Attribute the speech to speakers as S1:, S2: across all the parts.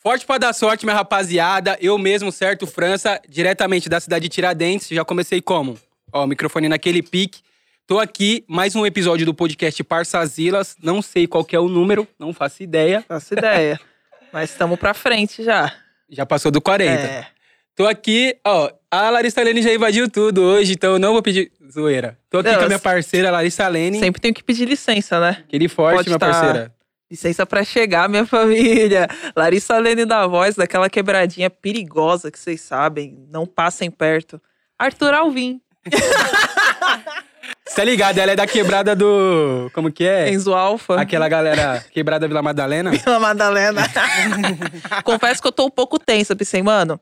S1: Forte pra dar sorte, minha rapaziada. Eu mesmo, certo, França, diretamente da cidade de Tiradentes. Já comecei como? Ó, o microfone naquele pique. Tô aqui, mais um episódio do podcast Parçazilas. Não sei qual que é o número, não faço ideia.
S2: Nossa ideia. Mas estamos pra frente já.
S1: Já passou do 40.
S2: É.
S1: Tô aqui, ó. A Larissa Lene já invadiu tudo hoje, então eu não vou pedir zoeira. Tô aqui
S2: Não,
S1: com a minha
S2: se-
S1: parceira, Larissa Lene.
S2: Sempre tenho que pedir licença, né?
S1: Aquele forte,
S2: Pode
S1: minha
S2: tá-
S1: parceira.
S2: Licença pra chegar, minha família. Larissa Lene da Voz, daquela quebradinha perigosa que vocês sabem. Não passem perto. Arthur Alvim,
S1: Você tá ligado? Ela é da quebrada do. Como que é?
S2: Enzo Alfa.
S1: Aquela galera quebrada Vila Madalena.
S2: Pela Madalena. Confesso que eu tô um pouco tensa. Pensei, mano,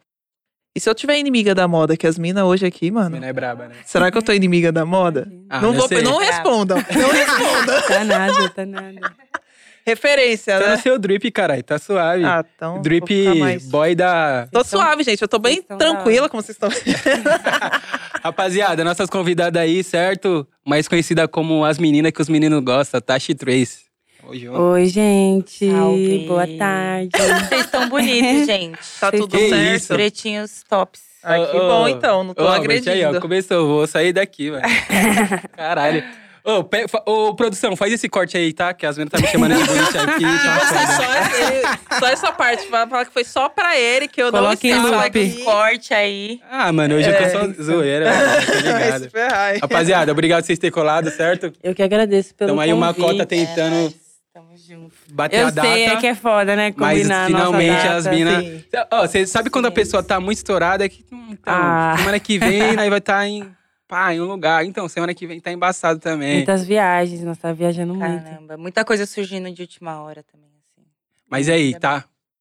S2: e se eu tiver inimiga da moda, que as minas hoje aqui, mano?
S1: Menina é braba, né?
S2: Será que eu tô inimiga da moda?
S1: Ah,
S2: não
S1: né,
S2: vou,
S1: sei.
S2: não respondam. Não respondam.
S3: Tá nada, tá nada.
S2: Referência,
S1: Tá no
S2: né?
S1: seu drip, caralho. Tá suave.
S2: Ah, então.
S1: drip
S2: vou ficar mais-
S1: boy da.
S2: Tô
S3: Vocês tão-
S2: suave, gente. Eu tô bem
S3: vocês tão
S2: tranquila, como vocês estão.
S1: Rapaziada, nossas convidadas aí, certo? Mais conhecida como as meninas que os meninos gostam, Tashi Trace. Oi, João.
S3: Oi, gente.
S4: Salve.
S3: Boa tarde.
S4: Vocês estão bonitos, gente.
S2: Tá
S3: Vocês
S2: tudo
S1: tão- Que
S2: certo.
S1: isso?
S4: Pretinhos tops.
S2: Ah, que bom, então. Não tô
S1: Ô, mas
S2: agredindo.
S1: Aí, ó, começou, vou sair daqui, velho. Caralho. Ô, pe- fa- ô, produção, faz esse corte aí, tá? Que as meninas tá me chamando de bonita aqui. tá foda.
S2: Nossa, só, ele- só essa parte. Vai falar que foi só pra ele que eu
S3: Coloque em
S2: não estava
S3: loop.
S2: aqui.
S4: Corte aí.
S1: Ah, mano, hoje eu
S2: É.
S1: tô só zoeira, velho. Tá
S2: Vai se
S1: ligado?
S2: ferrar, hein?
S1: Rapaziada, obrigado por vocês terem colado, certo?
S3: Eu que agradeço pelo
S1: Tamo aí uma
S3: convite.
S1: cota tentando
S4: É, Tamo junto.
S1: bater
S3: Eu
S1: a data.
S3: sei, é que é foda, né?
S1: Mas
S3: Combinar a
S1: finalmente
S3: nossa
S1: as
S3: data.
S1: minas.
S2: sim.
S1: Ó, você sabe quando a pessoa tá muito estourada que. hum, Então,
S3: Ah.
S1: semana que vem, aí vai estar em. Pá, em um lugar. Então, semana que vem tá embaçado também.
S3: Muitas viagens, nós tá viajando muito.
S4: Caramba, muita coisa surgindo de última hora também, assim.
S1: Mas aí, tá?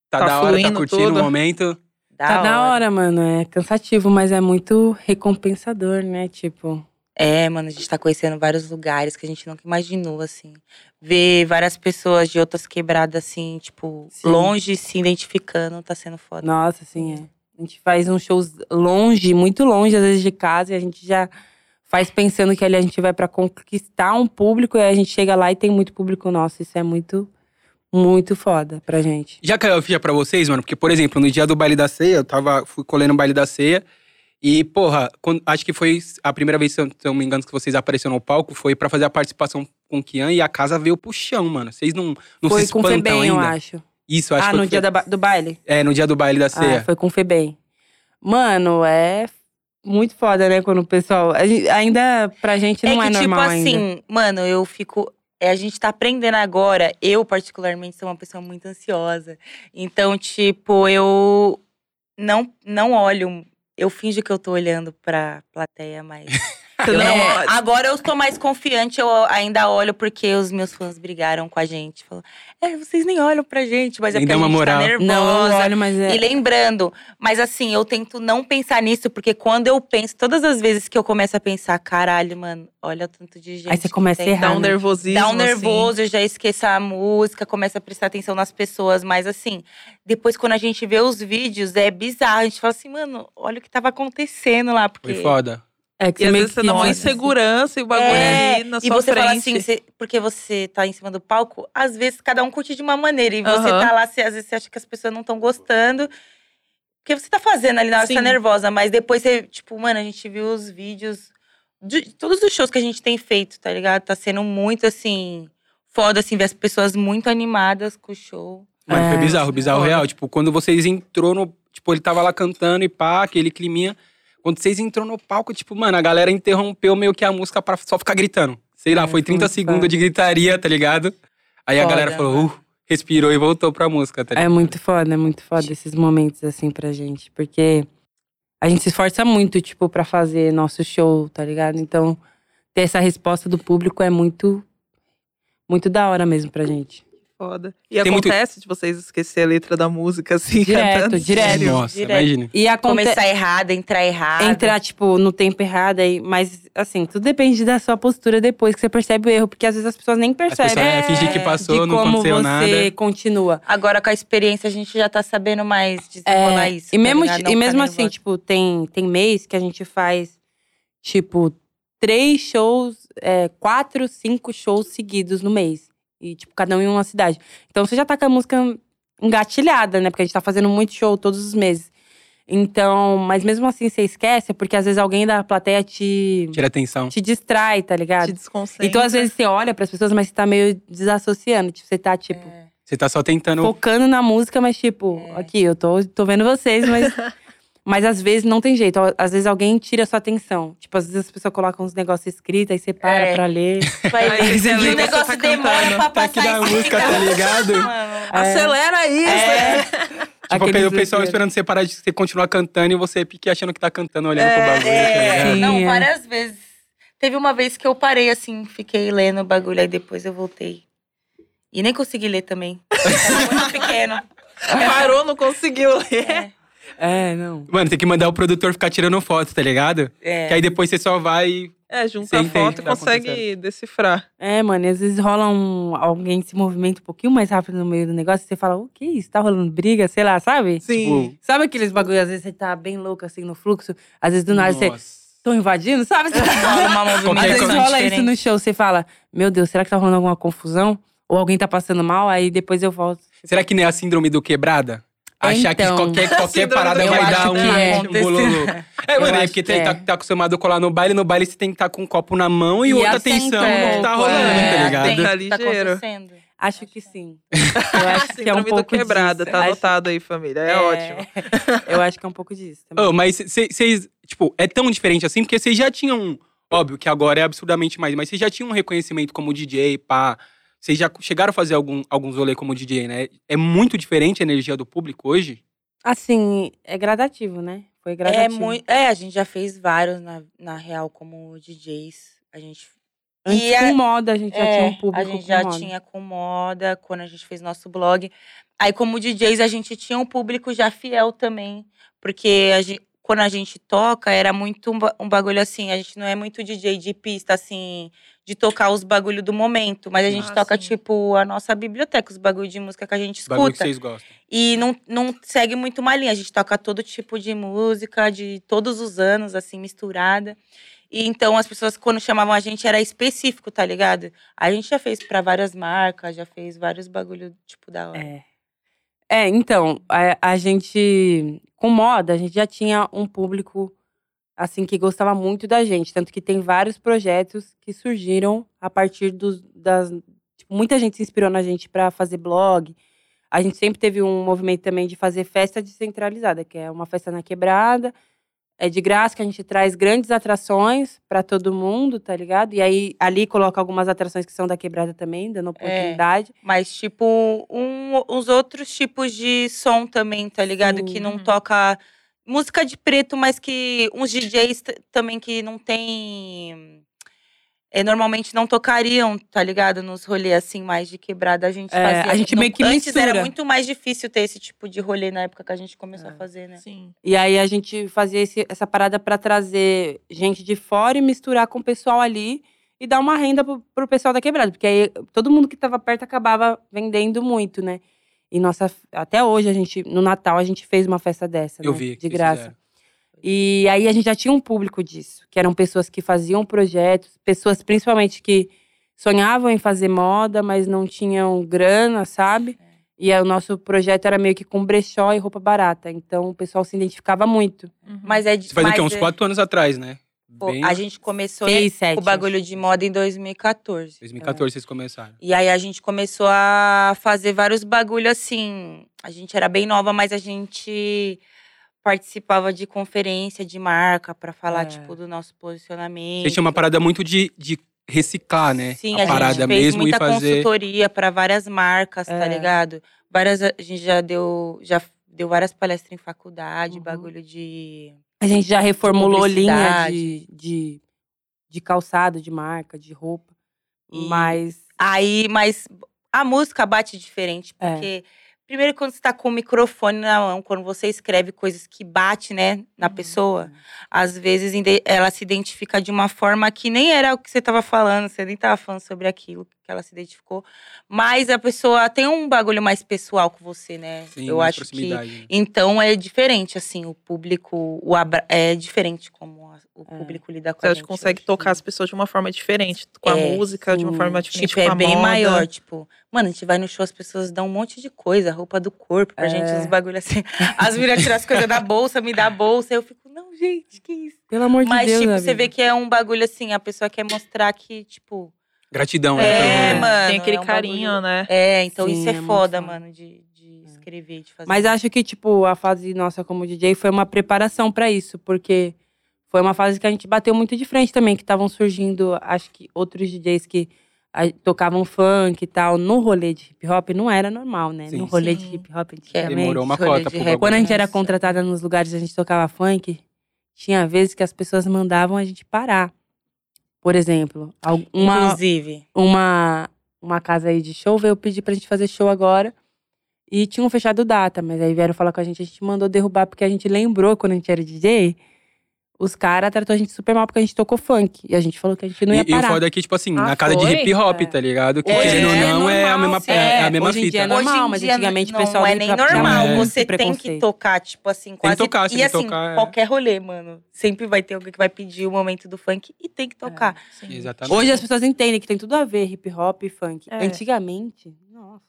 S1: Tá,
S2: Tá
S1: da hora, tá
S2: fluindo
S1: curtindo
S2: tudo.
S1: o momento.
S4: Da
S3: tá da hora, mano. É cansativo, mas é muito recompensador, né? Tipo,
S4: É, mano, a gente tá conhecendo vários lugares que a gente nunca imaginou, assim. Ver várias pessoas de outras quebradas, assim, tipo,
S3: Sim.
S4: longe se identificando, tá sendo foda.
S3: nossa, assim, é. A gente faz uns shows longe, muito longe, às vezes de casa, e a gente já faz pensando que ali a gente vai pra conquistar um público, e aí a gente chega lá e tem muito público nosso. Isso é muito, muito foda pra gente.
S1: Já caiu a ficha pra vocês, mano? Porque, por exemplo, no dia do baile da ceia, eu tava, fui colhendo o baile da ceia. E, porra, quando- acho que foi a primeira vez, se eu se eu não me engano, que vocês apareceram no palco, foi pra fazer a participação com o Kian e a casa veio pro chão, mano. Vocês não, não se
S3: foi com o
S1: espantam
S3: Febem,
S1: ainda.
S3: eu acho.
S1: Isso, acho
S3: ah,
S1: que
S3: no
S1: foi,
S3: dia da ba- do baile?
S1: É, no dia do baile da ceia.
S3: Ah, foi com o Febem. Mano, é muito foda, né? Quando o pessoal. a gente- ainda pra gente não é,
S4: que,
S3: normal
S4: tipo
S3: ainda.
S4: assim, mano, eu fico. é, a gente tá aprendendo agora. Eu, particularmente, sou uma pessoa muito ansiosa. Então, tipo, eu não, não olho. Eu finjo que eu tô olhando pra plateia, mas.
S2: Tu
S4: eu
S2: não-
S4: não-
S1: Né?
S4: agora eu tô mais confiante, eu ainda olho, porque os meus fãs brigaram com a gente. Falou, é, vocês nem olham pra gente, mas é
S1: Nem
S4: porque
S1: dá
S4: a
S1: uma
S4: gente
S1: moral.
S4: tá nervosa.
S3: não, eu olho, mas é.
S4: E lembrando, mas assim, eu tento não pensar nisso, porque quando eu penso, todas as vezes que eu começo a pensar, caralho, mano, olha o tanto de gente.
S3: Aí você começa
S4: que
S3: a
S4: tem".
S3: errar.
S2: Dá um
S3: né?
S2: nervosismo.
S4: Dá um
S2: assim.
S4: nervoso, eu já esqueço a música, começa a prestar atenção nas pessoas. Mas assim, depois quando a gente vê os vídeos, é bizarro. A gente fala assim, mano, olha o que tava acontecendo lá. Porque
S1: Foi foda.
S3: É que
S2: E
S3: você
S2: às
S3: meio
S2: vezes
S3: que
S2: você dá uma
S3: olha.
S2: insegurança e o bagulho
S4: É,
S2: ali na
S4: e
S2: sua
S4: você
S2: frente.
S4: fala assim, você- porque você tá em cima do palco, às vezes cada um curte de uma maneira. E você
S2: Aham.
S4: tá lá, você- às vezes você acha que as pessoas não estão gostando. Porque você tá fazendo ali na hora, você tá
S2: Sim.
S4: nervosa. Mas depois você, tipo, mano, a gente viu os vídeos de todos os shows que a gente tem feito, tá ligado? Tá sendo muito, assim, foda, assim, ver as pessoas muito animadas com o show.
S1: Mano, foi
S3: É,
S1: bizarro, bizarro
S2: foda.
S1: real. Tipo, quando vocês entrou no. Tipo, ele tava lá cantando e pá, aquele climinha. Quando vocês entrou no palco, tipo, mano, a galera interrompeu meio que a música pra só ficar gritando. Sei lá,
S3: É,
S1: foi
S3: foi
S1: 30
S3: muito
S1: segundos
S3: foda.
S1: de gritaria, tá ligado? Aí a
S2: Foda.
S1: galera falou, uh, respirou e voltou pra música, tá ligado?
S3: É muito foda, é muito foda esses momentos assim pra gente, porque a gente se esforça muito, tipo, pra fazer nosso show, tá ligado? Então, ter essa resposta do público é muito muito da hora mesmo pra gente.
S2: Foda. E
S1: Tem muito-
S2: acontece de vocês esquecer a letra da música, assim,
S3: Direto,
S2: cantando.
S3: direto.
S2: Sério?
S1: Nossa,
S4: direto.
S1: imagina.
S3: E acontece
S4: Começar errado, entrar errado.
S3: entrar, tipo, no tempo errado aí. Mas, assim, tudo depende da sua postura depois que você percebe o erro. Porque às vezes as pessoas nem
S1: As pessoas
S3: percebem
S1: é, fingir que passou,
S3: de
S1: não
S3: como
S1: aconteceu
S3: você
S1: nada.
S3: continua.
S4: Agora, com a experiência, a gente já tá sabendo mais desenrolar
S3: É,
S4: isso.
S3: e
S4: tá
S3: mesmo,
S4: ligado? Não
S3: e
S4: ficar
S3: mesmo assim,
S4: nervosa.
S3: tipo, tem, tem mês que a gente faz, tipo, três shows, é, quatro, cinco shows seguidos no mês. E, tipo, cada um em uma cidade. Então você já tá com a música engatilhada, né? Porque a gente tá fazendo muito show todos os meses. Então, mas mesmo assim você esquece, porque às vezes alguém da plateia te,
S1: Tira atenção.
S3: te distrai, tá ligado?
S2: Te desconcentra.
S3: Então, às vezes, você olha pras pessoas, mas você tá meio desassociando. Tipo, você tá, tipo,
S4: É.
S1: Você tá só tentando.
S3: focando na música, mas, tipo,
S4: É.
S3: aqui, eu tô, tô vendo vocês, mas. mas às vezes não tem jeito. Às vezes alguém tira a sua atenção. Tipo, às vezes as pessoas colocam uns negócios escritos, aí você para
S4: É.
S3: pra ler.
S4: Vai
S2: Aí
S4: ver.
S2: você
S4: E
S2: lê
S4: o
S2: que você
S4: negócio
S2: tá
S4: demora
S2: cantando.
S4: pra
S1: Tá
S4: passar
S1: aqui da
S4: isso
S1: música,
S4: fica-
S1: tá ligado?
S4: Mano,
S2: Acelera isso!
S4: É.
S1: Tipo,
S3: Aqueles
S1: o pessoal
S3: bloqueios.
S1: esperando você parar de você continuar cantando e você pique achando que tá cantando, olhando pro bagulho. tá
S4: É,
S1: ligado?
S3: Sim,
S4: não,
S3: é.
S4: várias vezes. Teve uma vez que eu parei assim, fiquei lendo o bagulho, aí depois eu voltei. E nem consegui ler também. Era muito pequeno.
S2: Parou, não conseguiu ler.
S4: É,
S3: É, não.
S1: Mano, tem que mandar o produtor ficar tirando foto, tá ligado?
S4: é.
S1: Que aí depois você só vai. e-
S2: É, junta
S1: Você
S2: a
S1: entende o
S2: foto
S1: que
S2: e
S1: tá
S2: consegue
S1: acontecendo.
S2: decifrar.
S3: É, mano, e às vezes rola um. Alguém se movimenta um pouquinho mais rápido no meio do negócio, e você fala, o que é isso? Tá rolando briga, sei lá, sabe?
S1: Tipo,
S3: Sabe aqueles bagulho, às vezes você tá bem louco assim no fluxo, às vezes do nada você.
S1: nossa.
S3: Tô invadindo, sabe? Você tá-
S4: Rola uma
S1: Qualquer
S3: Às
S1: Aí
S3: vezes
S1: quando-
S4: movimentação
S3: rola isso né?
S4: diferente.
S3: no show, você fala, meu Deus, será que tá rolando alguma confusão? Ou alguém tá passando mal, aí depois eu volto.
S1: Será que nem a síndrome do quebrada? Achar
S3: Então.
S1: que qualquer, qualquer
S2: Síndrome
S1: parada
S2: do
S1: vai dar
S2: quebrada.
S1: um,
S3: Eu acho
S4: que é.
S1: um bololô. É, mano, é
S3: acho
S1: porque
S3: que
S1: tem,
S3: é.
S1: tá, tá acostumado a colar no baile, no baile você tem que estar com um copo na mão e,
S3: E
S1: outra
S3: atento,
S1: atenção no
S3: é,
S1: que tá
S3: pô,
S1: rolando,
S3: é,
S1: tá
S4: tem
S1: ligado?
S2: Tá
S4: que tá
S2: ligeiro.
S4: acontecendo.
S3: Acho que sim. Eu acho que é um
S2: Síndrome do
S3: pouco
S2: quebrada,
S3: disso.
S2: tá
S3: Acho-
S2: anotado aí, família. É, ótimo.
S3: Eu acho que é um pouco disso também.
S1: Ô, mas vocês, tipo, é tão diferente assim, porque vocês já tinham. Óbvio que agora é absurdamente mais, mas vocês já tinham um reconhecimento como DJ, pá. Vocês já chegaram a fazer algum, alguns rolês como DJ, né? É muito diferente a energia do público hoje?
S3: Assim, é gradativo, né? Foi
S4: É,
S3: gradativo.
S4: muito, é, a gente já fez vários na, na real como DJs. A gente
S3: Antes,
S4: E
S3: com
S4: a-
S3: moda, a gente já
S4: É,
S3: tinha um público
S4: A gente
S3: com
S4: já
S3: moda.
S4: tinha com moda, quando a gente fez nosso blog. Aí, como DJs, a gente tinha um público já fiel também. Porque a gen- quando a gente toca, era muito um, ba- um bagulho assim. A gente não é muito DJ de pista, assim, de tocar os bagulho do momento. Mas a gente
S2: Ah,
S4: toca,
S2: sim.
S4: tipo, a nossa biblioteca, os bagulho de música que a gente
S1: Os bagulho que
S4: escuta.
S1: vocês gostam.
S4: E não, não segue muito uma linha. A gente toca todo tipo de música, de todos os anos, assim, misturada. E então as pessoas, quando chamavam a gente, era específico, tá ligado? A gente já fez pra várias marcas, já fez vários bagulho, tipo, da hora.
S3: É. É, então, a, a gente. Com moda, a gente já tinha um público, assim, que gostava muito da gente. Tanto que tem vários projetos que surgiram a partir dos. Das, tipo, muita gente se inspirou na gente pra fazer blog. A gente sempre teve um movimento também de fazer festa descentralizada, que é uma festa na quebrada. É de graça que a gente traz grandes atrações pra todo mundo, tá ligado? E aí ali coloca algumas atrações que são da quebrada também, dando oportunidade.
S4: Mas, tipo, um, uns outros tipos de som também, tá ligado? Que não
S2: Sim.
S4: toca música de preto, mas que uns DJs t- também que não tem. é, normalmente não tocariam, tá ligado? Nos rolês assim, mais de quebrada. A gente
S3: É,
S4: fazia.
S3: a gente
S4: não-
S3: meio que
S4: Antes era
S3: mistura. É.
S4: muito mais difícil ter esse tipo de rolê na época que a gente começou a fazer, né?
S2: Sim.
S3: E aí a gente fazia esse- essa parada pra trazer gente de fora e misturar com o pessoal ali e dar uma renda pro, pro pessoal da quebrada, porque aí todo mundo que tava perto acabava vendendo muito, né? E nossa, até hoje a gente no Natal a gente fez uma festa dessa,
S1: Eu
S3: né?
S1: vi. que
S3: de
S1: vocês
S3: graça.
S1: fizeram.
S3: E aí a gente já tinha um público disso, que eram pessoas que faziam projetos, pessoas principalmente que sonhavam em fazer moda, mas não tinham grana, sabe?
S4: É.
S3: E aí o nosso projeto era meio que com brechó e roupa barata, então o pessoal se identificava muito.
S2: Uhum.
S4: Mas é de-
S1: Você faz o
S4: mas
S1: quê? Uns
S4: é-
S1: quatro anos atrás, né?
S4: pô,
S1: Bem,
S4: A gente começou
S3: Seis, sete,
S4: o bagulho de moda em 2014.
S1: 2014 vocês começaram.
S4: E aí a gente começou a fazer vários bagulho assim. A gente era bem nova, mas a gente participava de conferência de marca pra falar
S3: É.
S4: tipo do nosso posicionamento.
S1: Vocês tinham uma parada muito de, de reciclar, né?
S4: Sim,
S1: a,
S4: a,
S1: parada
S4: gente fez
S1: mesmo
S4: muita
S1: e fazer.
S4: consultoria pra várias marcas, tá
S3: É.
S4: ligado? Várias a gente já deu já deu várias palestras em faculdade,
S3: Uhum.
S4: bagulho de
S3: A gente já reformulou linha
S4: publicidade.
S3: de, de, de calçado, de marca, de roupa,
S4: E-
S3: mas
S4: Aí, mas a música bate diferente,
S3: É.
S4: porque primeiro quando você tá com o microfone na mão, quando você escreve coisas que bate, né, na pessoa, às vezes inde- ela se identifica de uma forma que nem era o que você tava falando, você nem tava falando sobre aquilo. que ela se identificou. Mas a pessoa tem um bagulho mais pessoal com você, né?
S1: Sim,
S4: Eu
S1: mais
S4: acho que.
S1: proximidade. né?
S4: Então é diferente, assim, o público. O abra... É diferente como a- o
S3: É.
S4: público lida com
S2: Você
S4: a
S2: acha
S4: gente.
S2: que consegue
S4: hoje.
S2: tocar as pessoas de uma forma diferente, com a
S4: É,
S2: música, de uma
S3: sim.
S2: forma diferente,
S4: Tipo,
S2: com
S4: é
S2: a
S4: bem
S2: moda.
S4: maior, tipo, mano, a gente vai no show, as pessoas dão um monte de coisa, roupa do corpo pra
S3: É.
S4: gente, uns bagulho assim. As meninas tiram as coisas da bolsa, me dá a bolsa, eu fico, não, gente, que isso?
S3: Pelo amor de
S4: Mas,
S3: Deus.
S4: tipo, você
S3: amiga.
S4: vê que é um bagulho assim, a pessoa quer mostrar que, tipo,
S1: Gratidão, né? pelo-
S4: é,
S2: Tem
S4: mano.
S2: aquele
S4: é um
S2: carinho,
S4: bagulho-
S2: né?
S4: É, então
S3: Sim,
S4: isso é,
S3: é muito
S4: foda, É.
S3: foda.
S4: mano, de, de escrever, de fazer. um
S3: Mas acho que, tipo, a fase nossa como DJ foi uma preparação pra isso, porque foi uma fase que a gente bateu muito de frente também, que estavam surgindo, acho que, outros DJs que ah, tocavam funk e tal. No rolê de hip hop não era normal, né?
S1: Sim,
S3: no rolê
S2: sim.
S3: de hip hop
S4: Que é
S3: antigamente.
S1: Demorou um uma
S4: rolê
S1: cota
S4: de
S1: pro
S3: Quando
S4: recorde.
S3: a
S1: bagulho.
S3: gente era
S4: Nossa.
S3: contratada nos lugares e a gente tocava funk, tinha vezes que as pessoas mandavam a gente parar. Por exemplo, al- uma,
S4: Inclusive.
S3: uma, uma casa aí de show veio pedir pra gente fazer show agora. E tinham fechado data, mas aí vieram falar com a gente, a gente mandou derrubar, porque a gente lembrou quando a gente era DJ, os caras tratou a gente super mal porque a gente tocou funk. E a gente falou que a gente não ia
S1: E, e o
S3: parar.
S1: foda é que, tipo assim,
S2: Ah,
S1: na casa de
S2: foi?
S1: hip hop,
S3: É.
S1: tá ligado? Que
S4: Hoje
S1: querendo ou
S4: em dia é
S1: não, é a
S2: normal,
S1: mesma,
S2: sim.
S1: é a
S3: É,
S1: mesma
S3: hoje em
S1: fita.
S3: dia É normal,
S4: Hoje em
S3: mas
S4: dia
S3: antigamente o
S4: não
S3: pessoal
S4: é
S3: do
S4: nem
S3: hip hop tinha
S4: normal.
S1: muito
S4: Você tem que
S3: preconceito.
S4: tocar, tipo assim, quase.
S1: tocar, se
S4: e
S1: não
S4: assim,
S1: tocar, é.
S4: qualquer rolê, mano. Sempre vai ter alguém que vai pedir o momento do funk e tem que tocar.
S2: Sim.
S1: Exatamente.
S3: Hoje é as pessoas entendem que tem tudo a ver hip hop e funk.
S2: É.
S3: Antigamente, nossa.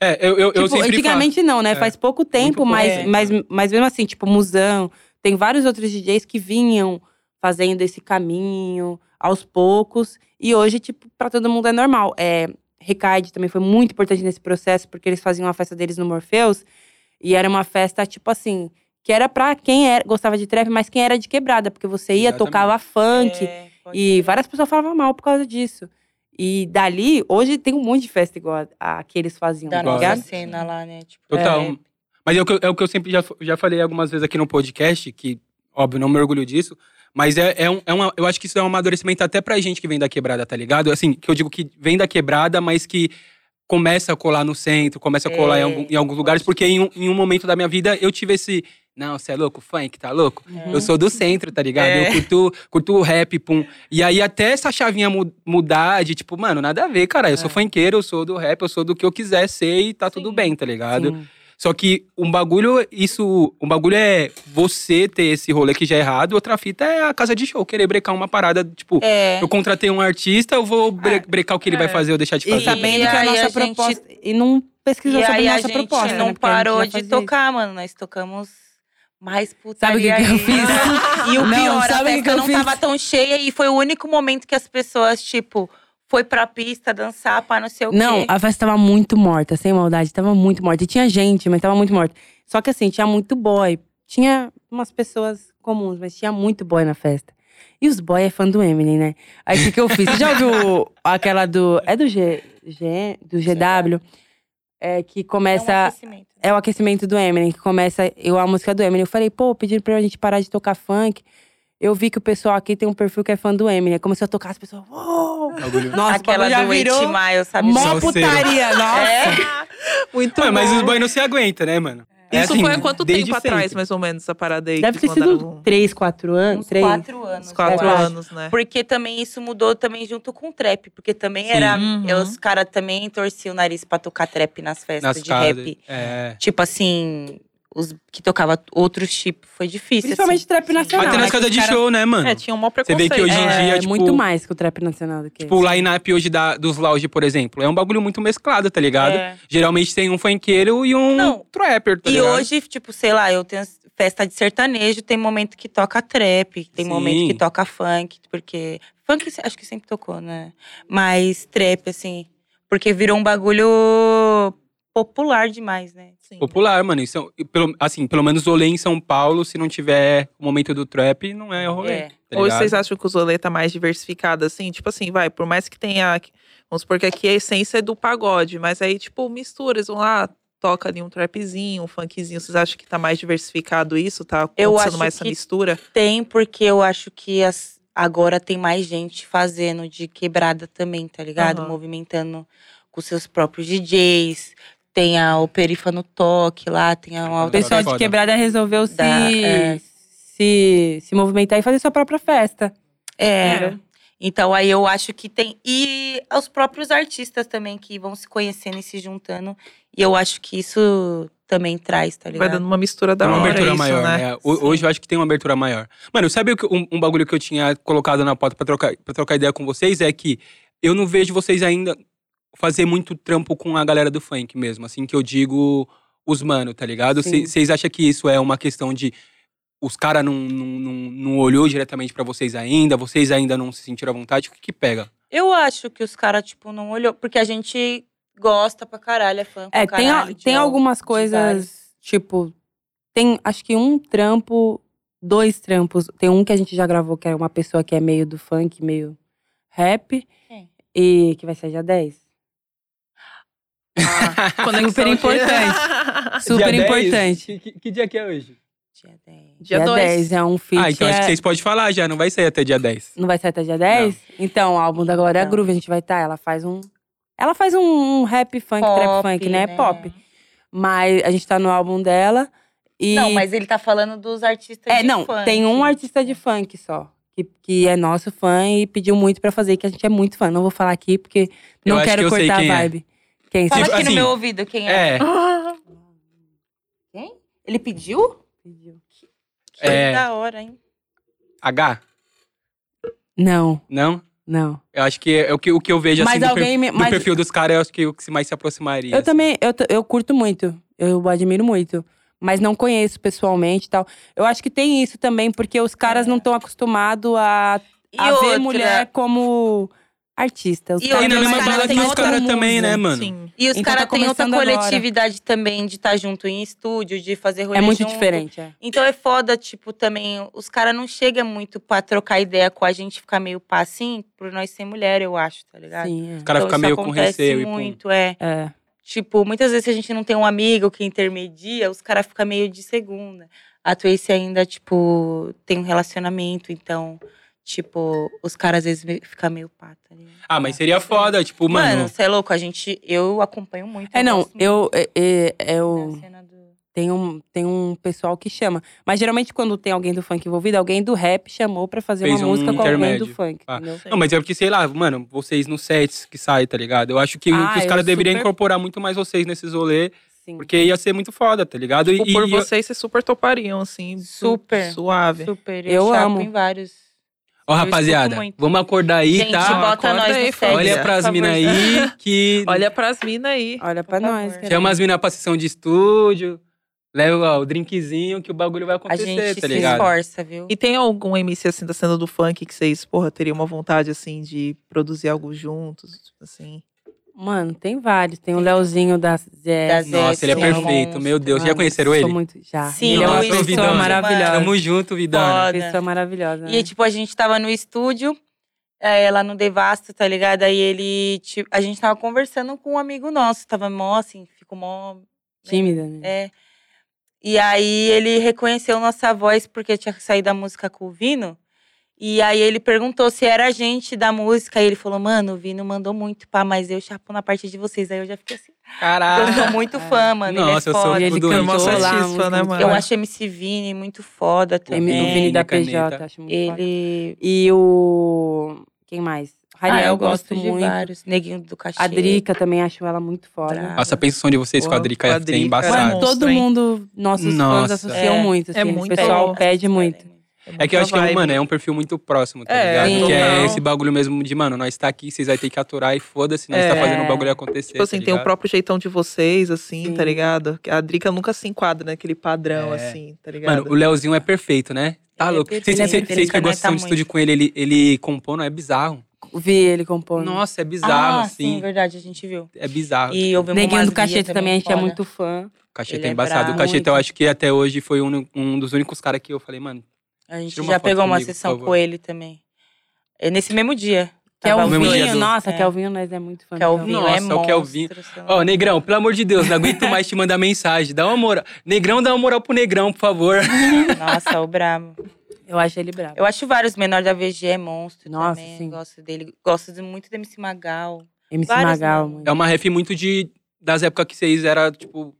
S1: É, eu, eu, eu
S3: Tipo,
S1: sempre
S3: antigamente não, né?
S1: É.
S3: Faz pouco tempo,
S1: pouco
S4: É.
S3: mas,
S1: tempo.
S3: mas, mas mesmo assim, tipo, Musão, tem vários outros DJs que vinham fazendo esse caminho aos poucos. E hoje, tipo, pra todo mundo é normal. É, Recaide também foi muito importante nesse processo, porque eles faziam a festa deles no Morpheus. E era uma festa, tipo assim, que era pra quem era, gostava de trap, mas quem era de quebrada, porque você ia,
S1: Exatamente.
S3: tocava funk.
S4: É, pode
S3: E
S4: ser.
S3: várias pessoas falavam mal por causa disso. E dali, hoje tem um monte de festa igual a, a que eles faziam,
S4: da
S3: tá
S1: Igual,
S4: nossa
S3: ligado?
S1: né?
S4: cena lá, né? Tipo,
S1: Total.
S4: é.
S1: Mas é o que eu, é o que eu sempre já, já falei algumas vezes aqui no podcast, que, óbvio, não me orgulho disso. Mas é, é, um, é uma, eu acho que isso é um amadurecimento até pra gente que vem da quebrada, tá ligado? Assim, que eu digo que vem da quebrada, mas que começa a colar no centro, começa a colar
S4: É,
S1: em, algum- em alguns lugares, porque em um, em um momento da minha vida eu tive esse. Não, você é louco, funk, tá louco?
S3: Uhum.
S1: Eu sou do centro, tá ligado?
S4: É.
S1: Eu curto, curto o rap, pum. E aí, até essa chavinha mu- mudar de tipo, mano, nada a ver, cara. Eu
S4: É.
S1: sou funkeiro, eu sou do rap, eu sou do que eu quiser ser e tá tudo
S2: Sim.
S1: bem, tá ligado?
S3: Sim.
S1: Só que um bagulho, isso. Um bagulho é você ter esse rolê que já é errado, outra fita é a casa de show, querer brecar uma parada, tipo,
S4: É.
S1: eu contratei um artista, eu vou bre brecar o que ele
S2: é.
S1: vai fazer ou deixar de
S3: E
S1: fazer.
S3: sabendo
S4: E
S3: que a
S4: aí
S3: nossa
S4: a gente-
S3: proposta. E não pesquisou
S4: E
S3: sobre
S4: aí
S3: a
S4: a
S3: nossa
S4: gente
S3: proposta. né?
S4: não
S3: Porque a gente
S4: parou
S3: já
S4: de
S3: fazia
S4: tocar, mano. Nós tocamos mais
S3: que
S4: putaria.
S3: que eu
S4: ainda.
S3: fiz?
S4: E o
S3: Não,
S4: pior, a
S3: sabe o que
S4: festa
S3: que eu
S4: não
S3: fiz?
S4: tava tão cheia. E foi o único momento que as pessoas, tipo, foi pra pista dançar pra não sei o
S3: isso. Não,
S4: quê.
S3: a festa tava muito morta, sem maldade, tava muito morta. E tinha gente, mas tava muito morta. Só que assim, tinha muito boy. Tinha umas pessoas comuns, mas tinha muito boy na festa. E os boy é fã do Eminem, né? Aí o que, que eu fiz? Você já ouviu aquela do. É do G. G do GW? É, que começa.
S4: É um aquecimento.
S3: é o aquecimento do Eminem, que começa eu, a música do Eminem. Eu falei, pô, pediram pra gente parar de tocar funk. Eu vi que o pessoal aqui tem um perfil que é fã do Eminem. Começou a tocar, as pessoas. Uou!
S1: Bagulho.
S3: Nossa, o
S4: Aquela
S3: bagulho já
S4: do Eight
S3: virou
S4: Mile, sabe?
S3: mó
S1: Salseiro.
S3: putaria, nossa.
S2: Muito
S1: Ué, mas
S2: bom.
S1: os boys não se aguentam, né, mano? É
S2: Isso
S1: assim,
S2: foi há quanto
S1: desde
S2: tempo atrás,
S1: sempre.
S2: mais ou menos, essa parada aí?
S3: Deve
S2: que
S3: ter sido
S2: mandaram
S3: três, quatro anos.
S4: Uns
S3: Três.
S4: quatro anos.
S2: uns quatro
S4: eu acho.
S2: anos, né?
S4: Porque também isso mudou também junto com o trap. Porque também era.
S2: Uhum.
S4: eu- Os caras também torciam o nariz pra tocar trap nas festas
S1: Nas
S4: de
S1: casas.
S4: rap.
S1: É.
S4: Tipo assim, os que tocava outros tipos. Foi difícil. assim.
S3: Principalmente trap nacional.
S1: Até
S3: né,
S1: nas
S3: que
S1: casas
S3: os
S1: de
S3: caras-
S1: show, né, mano?
S2: É, tinha um maior
S1: Você vê
S2: preconceito.
S1: que hoje em
S2: né?
S1: dia,
S3: É
S1: tipo,
S3: muito mais que o trap nacional do que.
S1: Tipo, o line-up hoje da, dos lounge, por exemplo, é um bagulho muito mesclado, tá ligado?
S4: É.
S1: Geralmente tem um funkeiro e um
S4: Não.
S1: trapper, tá
S4: E
S1: ligado?
S4: hoje, tipo, sei lá, eu tenho festa de sertanejo, tem momento que toca trap, tem
S1: Sim.
S4: momento que toca funk, porque. Funk se- acho que sempre tocou, né? Mas trap, assim. Porque virou um bagulho popular demais, né?
S2: Sim.
S1: Popular, mano. Isso, é- e pelo, assim, pelo menos o rolê em São Paulo, se não tiver o momento do trap, não é rolê.
S4: É.
S1: Tá
S2: Hoje
S1: ligado?
S2: vocês acham que o Zolê tá mais diversificado, assim? Tipo assim, vai, por mais que tenha. Vamos supor que aqui a essência é do pagode, mas aí, tipo, mistura, eles vão lá, toca ali um trapzinho, um funkzinho. Vocês acham que tá mais diversificado isso? Tá
S4: Eu
S2: acontecendo
S4: acho
S2: mais essa
S4: que-
S2: mistura?
S4: Tem, porque eu acho que as- agora tem mais gente fazendo de quebrada também, tá ligado?
S2: Aham.
S4: Movimentando com seus próprios DJs. Tem a Operifa no Toque lá, tem a
S3: O
S1: Operifa
S3: pessoal de
S1: Foda.
S3: quebrada resolveu se,
S4: Da- é.
S3: se, se movimentar e fazer sua própria festa.
S4: É.
S2: Entendeu?
S4: Então aí eu acho que tem. E aos próprios artistas também que vão se conhecendo e se juntando. E eu acho que isso também traz, tá ligado?
S2: Vai dando uma mistura da
S1: Tem uma
S2: hora
S1: abertura
S2: isso,
S1: maior,
S2: né?
S1: né? Ho- Hoje eu acho que tem uma abertura maior. Mano, sabe o que- um, um bagulho que eu tinha colocado na pauta pra trocar, pra trocar ideia com vocês? É que eu não vejo vocês ainda fazer muito trampo com a galera do funk mesmo. Assim que eu digo os mano, tá ligado?
S3: Sim.
S1: Vocês acham que isso é uma questão de os caras não, não, não, não olhou diretamente pra vocês ainda? Vocês ainda não se sentiram à vontade? O que que pega?
S4: Eu acho que os caras, tipo, não olhou. Porque a gente gosta pra caralho, é fã pra
S3: É, tem,
S4: caralho.
S3: a-
S4: de
S3: tem
S4: al-
S3: algumas
S4: de vários.
S3: coisas, tipo, tem acho que um trampo, dois trampos. Tem um que a gente já gravou, que é uma pessoa que é meio do funk, meio rap.
S4: Quem?
S3: E que vai ser dia 10.
S2: Ah, Conexão
S3: Super
S2: aqui.
S3: importante.
S1: Dia
S3: Super
S1: 10?
S3: importante.
S1: Que, que- que dia que é hoje?
S4: Dia 10.
S2: Dia 2.
S3: é um feat.
S1: ah, então acho
S3: é-
S1: que vocês podem falar já, não vai sair até dia 10.
S3: Não vai sair até dia 10? Então, o álbum da Glória
S4: Então.
S3: Groove a gente vai estar. Ela faz um. Ela faz um, um rap funk, trap funk, né? Pop. Mas a gente tá no álbum dela. E
S4: Não, mas ele tá falando dos artistas
S3: É,
S4: de
S3: não,
S4: funk.
S3: tem um artista de funk só. Que, que é nosso fã e pediu muito pra fazer, que a gente é muito fã. Não vou falar aqui, porque
S1: Eu
S3: não
S1: acho
S3: quero
S1: que eu sei
S3: cortar
S1: quem é.
S3: a vibe. Quem
S4: Fala
S1: Se-
S3: você
S4: aqui no
S1: assim,
S4: meu ouvido quem é.
S1: É,
S4: Quem? Ele pediu?
S3: pediu?
S4: Que
S1: É.
S4: da hora, hein?
S1: H?
S3: Não,
S1: Não?
S3: não.
S1: Eu acho que é o que, o que eu vejo assim
S3: mas
S1: do per-
S3: alguém. me-
S1: do
S3: mas
S1: perfil dos caras, eu acho que o que se mais se aproximaria.
S3: eu
S1: assim.
S3: também, eu, t- eu curto muito. Eu admiro muito. Mas não conheço pessoalmente e tal. Eu acho que tem isso também, porque os caras não estão acostumados a,
S4: É. E
S3: a ver
S4: outra,
S3: mulher como artista. Os
S4: E
S3: caras
S1: E na
S4: Os
S1: mesma
S4: caras
S1: bala
S4: têm
S1: que os
S4: outra
S1: caras também, né, mano?
S2: Sim.
S4: E os
S3: Então
S4: caras
S3: tá
S4: têm outra
S3: começando agora.
S4: coletividade também de estar junto em estúdio, de fazer rolê
S3: é muito
S4: né? junto.
S3: diferente. É.
S4: Então é foda, tipo, também, os caras não chegam muito pra trocar ideia com a gente, ficar meio pá assim, por nós ser mulher, eu acho, tá ligado?
S3: Sim, é.
S1: O cara
S4: Então,
S1: fica
S4: isso
S1: meio com
S4: acontece
S1: receio e pum.
S4: muito, é.
S3: É.
S4: Tipo, muitas vezes se a gente não tem um amigo que intermedia, os caras ficam meio de segunda. A Tracy ainda, tipo, tem um relacionamento, então, tipo, os caras às vezes me- ficam meio pá, tá ligado?
S1: Ah, mas seria foda, tipo, mano.
S4: Mano, você é louco, a gente, eu acompanho muito.
S3: É, não,
S4: gosto muito
S3: eu. é- é-
S4: da
S3: eu
S4: cena do-
S3: Tem um, tem um pessoal que chama. Mas geralmente, quando tem alguém do funk envolvido, alguém do rap chamou pra fazer
S1: Fez
S3: uma
S1: um
S3: música com alguém
S1: intermédio.
S3: do funk.
S1: Ah,
S3: entendeu?
S1: Não, mas é porque, sei lá, mano, vocês nos sets que saem, tá ligado? Eu acho que,
S3: Ah,
S1: que os
S3: eu
S1: caras deveriam
S3: super-
S1: incorporar muito mais vocês nesses rolê,
S3: Sim.
S1: porque ia ser muito foda, tá ligado?
S2: Tipo, por
S1: e,
S2: vocês, vocês super topariam, assim.
S4: Super.
S2: Suave.
S4: Super, eu,
S3: Eu
S4: chapo
S3: amo.
S4: em vários.
S1: ó,
S4: escuto
S1: rapaziada,
S4: muito.
S1: vamos acordar aí,
S4: gente,
S1: tá?
S4: bota
S2: Acorda
S4: nós
S2: aí,
S4: no set.
S2: família.
S1: Olha pras
S4: por
S1: minas
S4: favor.
S1: aí que.
S2: Olha pras minas aí.
S3: Olha pra
S4: Por favor.
S3: nós. cara.
S1: Chama as minas pra sessão de estúdio, leva ó, o drinkzinho que o bagulho vai
S4: A
S1: acontecer,
S4: gente
S1: tá
S4: se
S1: ligado?
S4: esforça, viu?
S2: E tem algum MC, assim, da cena do funk que vocês, porra, teriam uma vontade, assim, de produzir algo juntos, tipo assim?
S3: Mano, tem vários. Tem o Leozinho da Zé.
S4: Da Zé,
S1: Nossa, ele é
S4: Sim.
S1: perfeito, meu Deus. Já
S3: Mano,
S1: conheceram
S3: sou
S1: ele?
S3: Muito, já.
S4: Sim,
S3: ele é uma
S1: Nossa,
S3: pessoa
S1: Vidani.
S3: maravilhosa.
S1: Tamo junto, Vidana.
S4: Foda.
S3: Pessoa maravilhosa.
S1: É.
S3: né?
S4: E, tipo, a gente tava no estúdio, é, lá no Devasto, tá ligado? Aí ele, tipo, a gente tava conversando com um amigo nosso, tava mó assim, ficou mó.
S3: Tímida, né?
S4: É. E aí ele reconheceu nossa voz porque tinha saído a música com o Vino. E aí ele perguntou se era a gente da música. E ele falou, mano, o Vino mandou muito, pá, mas eu chapo na parte de vocês. Aí eu já fiquei assim. Eu sou
S1: Caralho.
S4: muito fã, mano. ele é
S1: Ah, Nossa, eu sou
S4: foda.
S3: E ele
S1: Tudo
S3: cantou
S1: isso.
S3: lá,
S2: Satisfa,
S3: a música
S2: né,
S3: muito
S2: mano?
S4: Eu
S3: boa.
S4: acho MC Vini muito foda
S1: O Vini-
S3: O
S4: também.
S3: Vini da
S1: Caneta.
S3: PJ, acho muito foda.
S4: Ele
S3: E o… Quem mais? Rariel,
S4: Ah, eu
S3: gosto,
S4: gosto de
S3: muito.
S4: vários. Neguinho do Cachê.
S3: A Drica também acho ela muito foda.
S4: Brava.
S1: Nossa, a pensão de vocês com a
S2: Pô,
S1: Drica
S2: com
S1: é-
S2: a
S1: é
S2: Drica,
S1: embaçada.
S3: Mano,
S2: Monstro,
S3: todo
S2: hein?
S3: mundo, nossos
S1: Nossa.
S3: fãs associam
S4: É,
S3: muito, assim.
S2: é muito
S3: o pessoal
S2: bom.
S3: pede muito.
S1: É que eu acho que,
S2: Muita
S1: mano,
S2: vibe.
S1: é um perfil muito próximo, tá
S2: É,
S1: ligado?
S3: sim.
S1: Que é
S2: total.
S1: esse bagulho mesmo de, mano, nós tá aqui, vocês vai ter que aturar e foda-se, nós
S2: É.
S1: tá fazendo o bagulho acontecer.
S2: Tipo assim,
S1: tá
S2: tem o
S4: um
S1: ligado?
S2: próprio jeitão de vocês, assim,
S3: Sim.
S2: tá ligado? A Drica nunca se enquadra naquele padrão,
S1: É.
S2: assim, tá ligado?
S1: Mano, o Leozinho é perfeito, né? Tá
S4: Ele é
S1: louco.
S4: perfeito,
S1: Vocês
S3: ele é
S1: vocês-
S4: perfeito,
S1: vocês
S4: ele
S1: pegou a
S4: conecta
S1: sessão de estúdio
S4: muito.
S1: com ele, ele, ele compondo, é bizarro.
S3: Vi ele compondo.
S1: Nossa, é bizarro,
S4: ah,
S1: assim.
S4: Sim, verdade, a gente viu.
S1: É bizarro.
S4: E eu vi
S3: Neguinho
S4: umas
S3: do Cacheta
S4: guias
S3: também, a gente é
S4: foda.
S3: muito fã.
S1: O Cacheta
S4: ele
S1: é
S4: é
S1: embaçado. o
S4: bravo,
S1: Cacheta, eu
S3: muito.
S1: acho que até hoje foi um, um dos únicos caras que eu falei, mano,
S4: A gente
S1: Tira uma
S4: já
S1: foto
S4: pegou uma
S1: comigo, por
S4: sessão
S1: favor.
S4: com ele também. É nesse mesmo dia.
S3: Que é
S4: Tava
S3: o
S1: No mesmo dia
S3: vinho,
S1: do-
S3: nossa,
S4: É.
S3: que é o vinho, nós é muito fã. do
S4: Kelvinho,
S3: Kelvinho.
S4: é
S1: Nossa, o Kelvinho.
S4: monstro, assim. sei lá.
S1: Ó, Negrão, pelo amor de Deus, não aguento mais te mandar mensagem. Dá uma moral. Negrão, dá uma moral pro Negrão, por favor.
S4: Nossa, o Brabo.
S3: Eu acho ele bravo.
S4: Eu acho vários menores da VG é monstro
S3: Nossa,
S4: também.
S3: sim.
S4: Gosto dele. Gosto de- muito do MC Magal.
S3: MC
S4: Vários
S3: Magal,
S4: nomes.
S3: mano.
S1: É uma ref muito de das épocas que vocês era tipo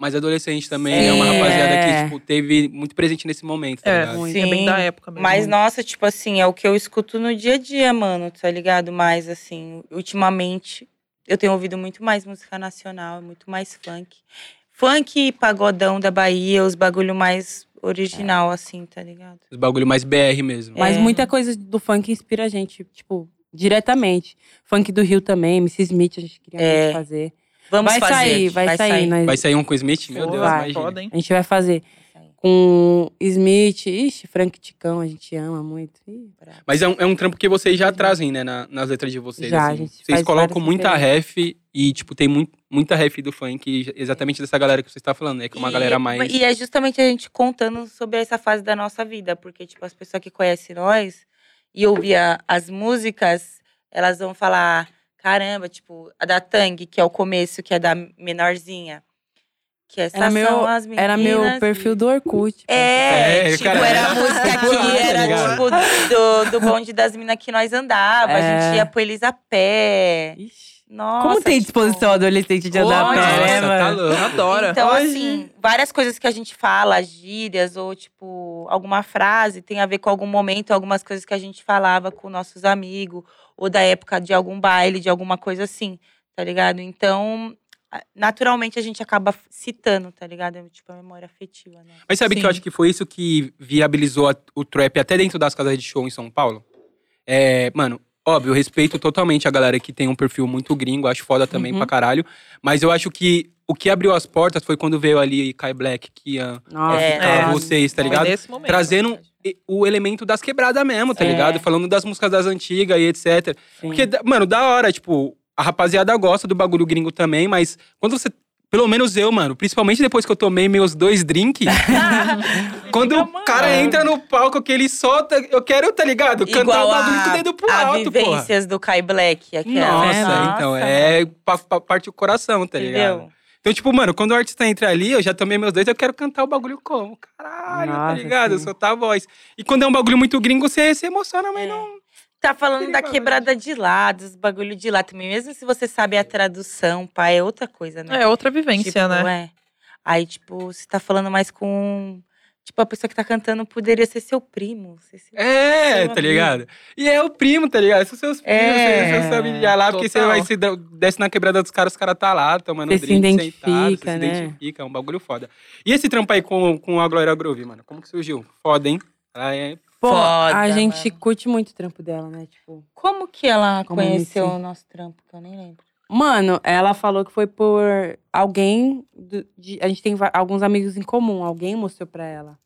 S1: mas adolescente também é uma
S4: Sim.
S1: rapaziada que
S3: É.
S1: tipo, teve muito presente nesse momento, tá
S2: É,
S1: ligado?
S2: sim, é bem
S4: Sim,
S2: da época mesmo.
S3: Uhum.
S4: Mas, nossa, tipo assim, é o que eu escuto no dia a dia, mano, tá ligado? Mas, assim, ultimamente eu tenho ouvido muito mais música nacional, muito mais funk. Funk e pagodão da Bahia, os bagulho mais
S3: É.
S4: original, assim, tá ligado?
S1: Os bagulho mais BR mesmo.
S3: Mas
S4: É.
S3: muita coisa do funk inspira a gente, tipo, diretamente. Funk do Rio também, MC Smith a gente queria
S4: É.
S3: muito fazer.
S4: Vamos
S3: vai
S4: fazer.
S3: sair, vai, sair. né? nós-
S1: Vai sair um com o Smith? Meu
S2: Pô,
S1: Deus,
S3: É. vai.
S1: imagina.
S2: foda, hein?
S3: A gente vai fazer
S4: Vai sair.
S3: com Smith, ixi, Frank Ticão, a gente ama muito. Ih,
S4: Brabo.
S1: Mas é um, é um trampo que vocês já trazem, né, na- nas letras de vocês.
S3: Já,
S1: assim.
S3: a gente
S1: vocês
S3: faz
S1: colocam
S3: várias
S1: muita ref e, tipo, tem muito, muita ref do funk, exatamente dessa galera que você está falando, né? Que é uma
S4: E-
S1: galera mais.
S4: E é justamente a gente contando sobre essa fase da nossa vida, porque, tipo, as pessoas que conhecem nós e ouvem a- as músicas, elas vão falar: caramba, tipo, a da Tang, que é o começo, que é da menorzinha. Que é essas
S3: Era meu-
S4: são as meninas.
S3: Era meu perfil do Orkut.
S4: É,
S1: É,
S4: tipo,
S1: cara,
S4: era a música
S1: popular,
S4: que
S1: tá
S4: era,
S1: ligado?
S4: tipo, do, do bonde das minas que nós andava. A
S3: É.
S4: gente ia pro eles a pé.
S3: Ixi.
S4: Nossa,
S3: Como tem
S4: tipo,
S3: disposição adolescente de andar a
S4: Olha.
S3: pé, né,
S1: Nossa, tá
S3: mano?
S1: louco.
S2: Adora.
S4: Então,
S3: Hoje-
S4: assim, várias coisas que a gente fala, gírias ou, tipo, alguma frase tem a ver com algum momento, algumas coisas que a gente falava com nossos amigos, ou da época de algum baile, de alguma coisa assim, tá ligado? Então, a- naturalmente a gente acaba citando, tá ligado? É tipo a memória afetiva, né?
S1: Mas sabe que eu
S2: Sim.
S1: acho que foi isso que viabilizou a- o trap até dentro das casas de show em São Paulo? É, mano, óbvio, eu respeito totalmente a galera que tem um perfil muito gringo, acho foda também
S2: Uhum.
S1: pra caralho. Mas eu acho que o que abriu as portas foi quando veio ali Kai Black, Kian,
S3: Nossa,
S1: é,
S3: cara.
S2: é.
S1: vocês, tá
S2: Foi
S1: ligado?
S2: nesse momento.
S1: Trazendo e- o elemento das quebradas mesmo, tá
S4: É.
S1: ligado? Falando das músicas das antigas e etc.
S3: Sim.
S1: Porque, da- mano, da hora, tipo, a rapaziada gosta do bagulho gringo também, mas quando você. Pelo menos eu, mano, principalmente depois que eu tomei meus dois drinks. quando
S2: Fica,
S1: o
S2: mano.
S1: cara
S4: É.
S1: entra no palco que ele solta, eu quero, tá ligado? Cantar o
S4: Igual
S1: bagulho com o
S4: a,
S1: dedo pro
S4: a
S1: alto, porra.
S4: vivências do Kai Black. Aquela.
S1: Nossa, então, é
S4: mano,
S1: pa- pa- parte o coração, tá ligado?
S4: Entendeu?
S1: Então, tipo, mano, quando o artista entra ali, eu já tomei meus dois, eu quero cantar o bagulho como? Caralho, tá
S3: Nossa,
S1: ligado?
S3: sim.
S1: Soltar a voz. E quando é um bagulho muito gringo, você se emociona, mas
S4: É.
S1: não.
S4: Tá falando da
S1: Perigoso.
S4: quebrada de lá, dos bagulho de lá também. Mesmo se você sabe
S3: É.
S4: a tradução, pá, é outra coisa, né?
S2: É outra vivência,
S4: Tipo,
S2: né?
S4: é. Aí, tipo, você tá falando mais com. Tipo, a pessoa que tá cantando poderia ser seu primo. ser seu-
S1: É,
S4: Seu
S1: tá
S4: amigo.
S1: ligado? E é o primo, tá ligado? São seus filhos,
S4: É.
S1: seus- seus familiares lá, porque você
S2: Total.
S1: vai se dá- desce na quebrada dos caras, os caras tá lá, tomando
S3: Você se
S1: drink, sentado,
S3: identifica,
S1: você
S3: né?
S1: se identifica, é um bagulho foda. E esse trampo aí com, com a Glória Groove, mano? Como que surgiu? Foda, hein? Ela é
S3: Pô,
S4: Foda,
S3: a gente
S4: mano.
S3: curte muito o trampo dela, né? Tipo,
S4: Como que ela
S3: Como
S4: conheceu
S3: MC?
S4: o nosso trampo? Que eu nem lembro.
S3: Mano, ela falou que foi por alguém. do- de- a gente tem va- alguns amigos em comum, alguém mostrou pra ela.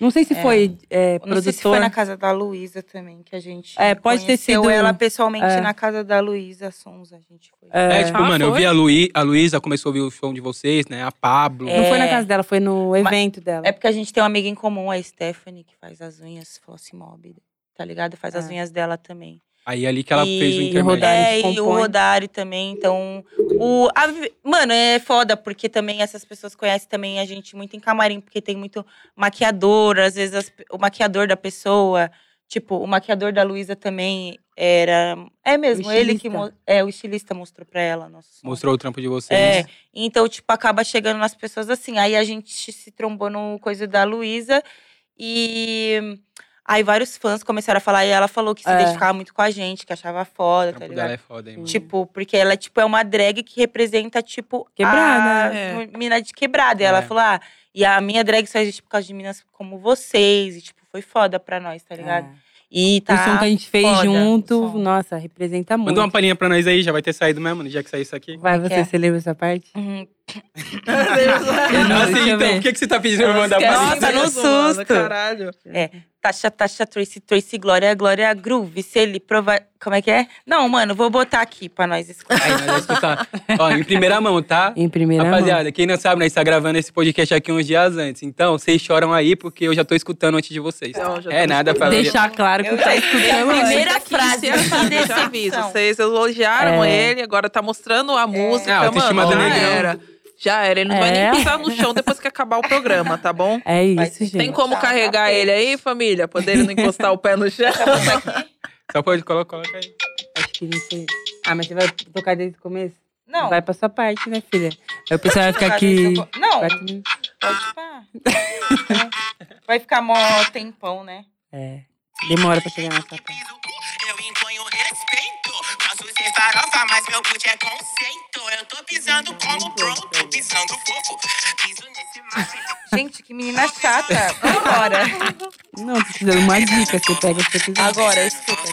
S3: Não sei se
S4: É.
S3: foi é,
S4: Não sei se foi
S3: produtor.
S4: na casa da Luísa também, que a gente.
S3: É, pode ter
S4: conheceu
S3: sido-
S4: ela pessoalmente
S3: é.
S4: na casa da Luísa Sons, a gente foi.
S1: É, tipo,
S2: Ah,
S1: mano, eu
S2: foi?
S1: vi a, Luí, a Luísa, começou a ouvir o som de vocês, né? A Pablo.
S3: Não foi na
S4: É.
S3: casa dela, foi no evento dela.
S4: É porque a gente tem uma amiga em comum, a Stephanie, que faz as unhas Floss Mob, tá ligado? Faz as
S3: É.
S4: unhas dela também.
S1: Aí é ali que ela
S4: E-
S1: fez o intermédio.
S3: Rodário
S4: É,
S3: compõe.
S4: e o Rodário também. Então, o, a vi- mano, é foda, porque também essas pessoas conhecem também a gente muito em camarim, porque tem muito maquiador, às vezes as pe- o maquiador da pessoa. Tipo, o maquiador da Luísa também era. É mesmo, ele que. mo-
S3: estilista.
S4: É, o estilista mostrou pra ela. Nossa,
S1: Mostrou o trampo de vocês.
S4: é, então, tipo, acaba chegando nas pessoas assim. Aí a gente se trombou no coisa da Luísa e. Aí vários fãs começaram a falar e ela falou que se
S3: É.
S4: identificava muito com a gente, que achava
S1: O
S4: foda, tá
S1: trampo
S4: ligado?
S1: dela é foda, hein, mano.
S4: Tipo, porque ela tipo, é uma drag que representa, tipo,
S3: Quebrada, né?
S4: a
S2: é.
S4: mina de quebrada. E
S1: É.
S4: ela falou, ah, e a minha drag só existe por causa de minas como vocês. E, tipo, foi foda pra nós, tá ligado?
S3: É.
S4: E tá.
S3: o som que a gente fez
S4: foda,
S3: junto,
S4: o som.
S3: nossa, representa muito.
S1: Manda uma palhinha pra nós aí, já vai ter saído mesmo, no dia que sair isso aqui.
S3: Vai,
S4: Como que
S3: você,
S4: é?
S3: você lembra essa parte?
S4: Uhum.
S1: Ah,
S3: deixa
S1: sim,
S3: eu
S1: então,
S3: ver.
S1: por que, que você tá pedindo pra eu mandar pra
S4: Nossa,
S1: mim?
S4: não- susto.
S2: Caralho.
S4: Tasha, Tasha, Tracy, Tracy, Glória, Glória, Groove. Se ele provar. Como é que é? Não, mano, vou botar aqui pra nós escutar.
S1: Aí, nós vamos escutar. Ó, em primeira mão, tá?
S3: Em primeira
S1: Rapaziada, quem não sabe, nós tá gravando esse podcast aqui uns dias antes. Então, vocês choram aí, porque eu já tô escutando antes de vocês.
S2: Eu já tô
S1: é nada pra
S3: mão.
S1: ver.
S3: Deixar claro que eu tá escutando.
S4: eu-
S3: antes.
S4: Primeira frase,
S2: se
S4: que
S3: assim,
S2: avisa,
S4: decepção.
S2: já aviso. Vocês elogiaram
S3: É.
S2: ele, agora tá mostrando a música,
S1: Ah, autoestima
S2: mano.
S1: do
S2: Já
S1: negrão.
S2: era. Já era. Ele não vai
S3: É.
S2: nem pisar no chão depois que acabar o programa, tá bom?
S3: É
S4: Mas
S3: isso, gente.
S2: Tem como
S4: Tá,
S2: carregar
S4: tá
S2: ele aí, família? Poder ele não encostar o pé no chão?
S1: Só pode colocar, coloca aí.
S3: Acho que não sei. Ah, mas você vai tocar desde o começo?
S4: Não.
S3: Vai pra sua parte, né, filha? Aí o pessoal vai ficar
S4: a gente
S3: aqui.
S4: Não, co- não
S3: quatro minutos.
S4: pode pá. Vai ficar mó tempão, né?
S3: É. Demora pra chegar na sua parte.
S5: Eu imponho respeito. Posso ser farofa, mas meu put é conceito. Eu tô pisando como pronto, pisando fofo. Piso nesse mar.
S4: Gente, que menina chata. Vai embora.
S3: Não, precisa de uma dica. Você pega se você quiser.
S4: Agora, escuta.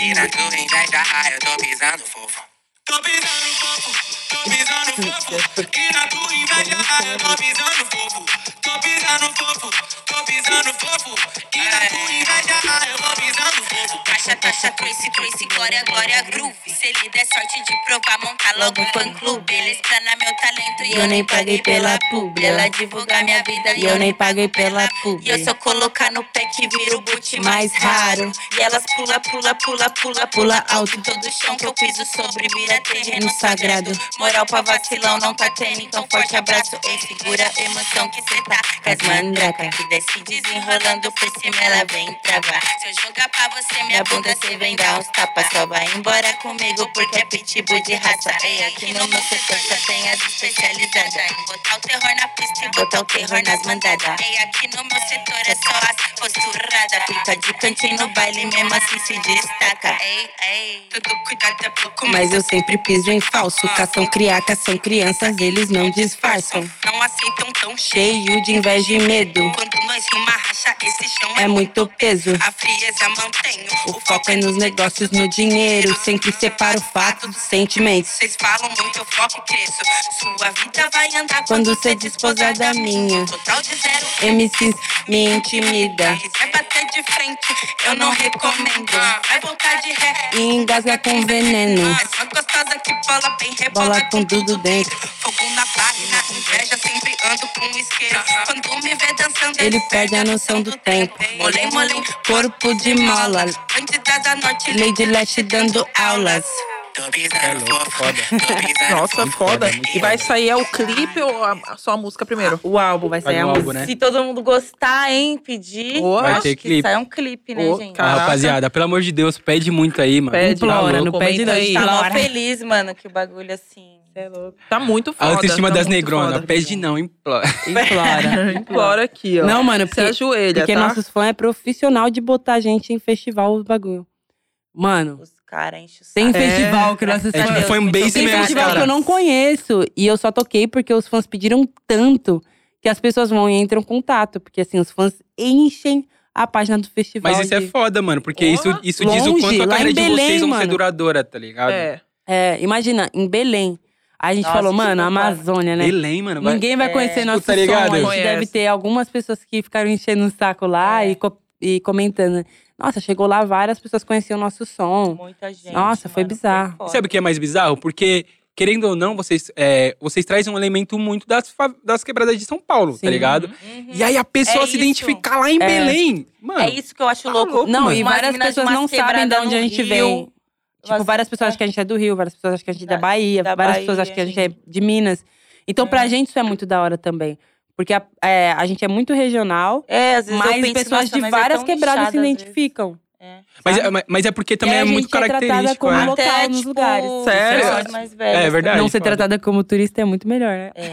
S5: E na cruz em vez da raia, eu tô pisando fofo. Tô pisando em fofo, tô pisando fofo. E na cruz em vez da raia, eu tô pisando fofo. Tô pisando fofo, tô pisando fofo. E na cruz em vez da raia, eu tô pisando fofo.
S6: Taxa, taxa, Tracy, Tracy, glória, glória, groove. Ser líder é sorte de provar, montar logo um fã-clube. Ela explana meu talento e eu nem paguei pela publi. Ela divulga minha vida e eu nem paguei pela publi. E eu só colocar no pé que vira o boot mais raro. E elas pula, pula, pula, pula, pula alto. Todo chão que eu piso sobre vira terreno sagrado. Moral pra vacilão não tá tendo, então forte abraço. Ei, segura a emoção que cê tá com as mandraca. Que desce desenrolando por cima, ela vem travar. Se eu jogar pra você, minha bunda, cê vem dar uns tapas. Só vai embora comigo porque é pitbull de raça. Ei, aqui no meu setor só tem as especializadas. é Em Botar o terror na pista e botar o terror nas mandadas. Ei, aqui no meu setor é só as posturadas. Pinta de cantinho no baile, mesmo assim se destaca. Ei, ei, todo cuidado é pouco, mas eu sempre piso em falso. Cação criacas são crianças, eles não disfarçam. Não aceitam tão cheio de inveja e medo. Quando nós rima, racha esse chão é muito peso. A frieza mantenho. O foco é nos negócios, no dinheiro. Sempre separo o fato dos sentimentos. Vocês falam muito, eu foco e cresço. Sua vida vai andar quando você desposar da minha. Total de zero. MCs me intimida. Quiser bater de frente, eu não recomendo.
S3: Ah.
S6: Vai voltar de ré. E engasga com veneno. É só gostosa que bola bem rebola
S3: Bola com tudo dentro.
S5: Fogo na barra e na inveja, sempre ando com um isqueiro. Quando me vê dançando,
S3: Ah. Ele perde a noção do tempo.
S5: Molém, molém,
S3: Corpo de mola.
S5: bandida da norte.
S3: Lady Lash dando aulas.
S5: Tô pisando fofo, tô pisando
S2: Nossa,
S1: Muito foda,
S2: foda.
S1: muito
S2: E vai sair é o clipe ou a, a só a música primeiro?
S3: O álbum vai sair
S1: Faz
S3: a
S1: um álbum,
S3: música.
S1: né?
S4: Se todo mundo gostar, hein, pedir.
S2: Boa. Vai
S4: acho
S1: ter
S4: que
S1: clipe.
S4: sai um clipe, né,
S2: Ô,
S4: gente?
S1: Ah,
S2: Caraca.
S1: rapaziada, pelo amor de Deus, pede muito aí, mano.
S2: Pede,
S1: Tá
S3: Implora,
S1: louco.
S3: não pede
S2: comenta
S3: não.
S2: aí.
S4: Tá mó
S3: Laura.
S4: feliz, mano, que o bagulho assim.
S3: é
S2: Tá muito
S1: né? A
S2: foda.
S1: autoestima
S2: tá
S1: das
S2: muito
S1: negronas.
S2: foda.
S1: Pede não, implora.
S3: Implora.
S2: Implora aqui, ó.
S3: Não, mano,
S2: se
S3: porque,
S2: ajoelha,
S3: porque
S2: tá?
S3: nossos fãs é profissional de botar a gente em festival os bagulho. Mano,
S4: Os caras enchem o saco.
S3: tem
S2: É.
S3: festival que nossos
S1: É
S3: fãs.
S1: tipo, foi um
S4: muito
S1: base
S3: Tem
S1: mesmo,
S3: festival que
S1: cara.
S3: eu não conheço. E eu só toquei porque os fãs pediram tanto que as pessoas vão e entram em contato. Porque assim, os fãs enchem a página do festival.
S1: Mas isso é
S3: de-
S1: foda, mano, porque isso,
S2: Porra.
S1: isso diz o
S3: Longe,
S1: quanto a
S3: lá
S1: carreira
S3: em
S1: de vocês
S3: Belém,
S1: vão ser
S3: mano.
S1: duradoura, tá ligado?
S2: É.
S3: É, imagina, em Belém. A gente
S4: Nossa,
S3: falou,
S4: que É.
S3: mano, a
S4: bacana.
S3: Amazônia, né?
S1: Belém, mano. Vai...
S3: Ninguém vai conhecer nosso
S1: Tá
S3: som.
S1: ligado?
S3: A gente
S2: Conhece.
S3: deve ter algumas pessoas que ficaram enchendo o saco lá
S4: É.
S3: e, co- e comentando. Nossa, chegou lá várias pessoas conheciam o nosso som.
S4: Muita gente.
S3: Nossa, foi
S4: mano,
S3: bizarro.
S4: foda.
S1: Sabe o que é mais bizarro? Porque, querendo ou não, vocês, é, vocês trazem um elemento muito das, fa- das quebradas de São Paulo,
S3: Sim.
S1: tá ligado?
S4: Uhum.
S1: E aí a pessoa se
S4: É isso.
S1: identificar lá em Belém. Mano,
S4: É isso que eu acho
S1: tá
S4: louco.
S1: louco,
S3: Não,
S1: mano.
S3: e
S4: Umas
S3: várias
S4: minas de
S3: pessoas
S4: umas
S3: não sabem de
S4: quebrada
S3: onde
S4: no
S3: a gente
S4: Rio.
S3: vem. Tipo,
S4: Umas-
S3: várias pessoas
S4: é.
S3: acham que a gente é do Rio, várias pessoas acham que a gente é da
S4: Da-
S3: Bahia,
S4: da
S3: várias pessoas
S4: Bahia,
S3: acham que a gente é de Minas. Então, pra gente, isso é muito da hora também. Porque a, é, a gente é muito regional,
S4: É, às vezes eu
S3: mas
S4: penso,
S3: pessoas
S4: nossa,
S3: de
S4: mas é
S3: várias
S4: tão
S3: quebradas
S4: nichado,
S3: se
S4: às vezes.
S3: identificam.
S4: É.
S1: mas, é, mas- mas é porque também
S3: E
S1: é,
S3: a
S1: muito
S3: gente é tratada
S1: característico,
S3: como
S1: é.
S3: local
S4: Até,
S3: nos
S4: tipo,
S3: lugares.
S2: Sério?
S4: pessoas mais velhas.
S1: É verdade.
S3: não ser
S1: foda.
S3: tratada como turista é muito melhor, né?
S4: É.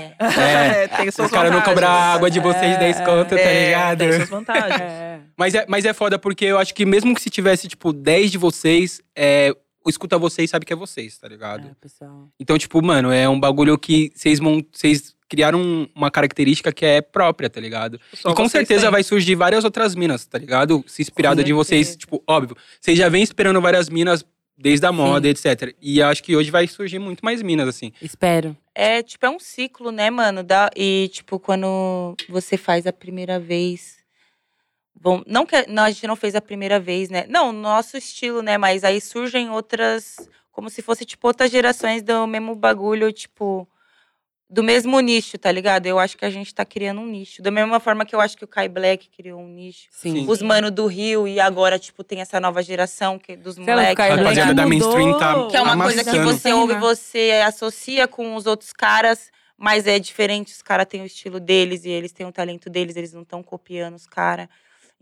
S1: É.
S2: tem suas
S1: Os caras não
S2: vantagens.
S1: cobram a água de vocês 10 conto, tá
S2: É,
S1: ligado?
S2: Tem suas vantagens.
S3: É.
S1: Mas é, mas é foda, porque eu acho que mesmo que se tivesse, tipo, 10 de vocês, é, escuta vocês sabe que é vocês, tá ligado?
S3: É, pessoal.
S1: Então, tipo, mano, é um bagulho que vocês mon- vocês criaram um- uma característica que é própria, tá ligado?
S2: Só
S1: e com
S2: vocês
S1: certeza
S2: têm.
S1: vai surgir várias outras minas, tá ligado? Se inspirada
S3: Com
S1: de vocês,
S3: certeza.
S1: tipo, óbvio. Vocês já vem inspirando várias minas desde a moda, etc. E acho que hoje vai surgir muito mais minas, assim.
S3: Espero.
S4: É, tipo, é um ciclo, né, mano? Da, e, tipo, quando você faz a primeira vez. Bom, não que não, a gente não fez a primeira vez, né? Não, nosso estilo, né? Mas aí surgem outras. Como se fosse, tipo, outras gerações do mesmo bagulho, tipo. Do mesmo nicho, tá ligado? Eu acho que a gente tá criando um nicho. Da mesma forma que eu acho que o Kai Black criou um nicho.
S1: Sim.
S3: Sim.
S4: Os mano do Rio e agora, tipo, tem essa nova geração que, dos
S3: lá, o
S4: moleques.
S3: Kai
S4: tá
S3: Black
S1: Rapaziada
S4: ligado?
S1: da
S3: mudou.
S1: mainstream tá
S4: Que é uma coisa que
S1: amassando.
S4: você ouve, você associa com os outros caras, mas é diferente. Os caras têm o estilo deles e eles têm o talento deles, eles não estão copiando os caras.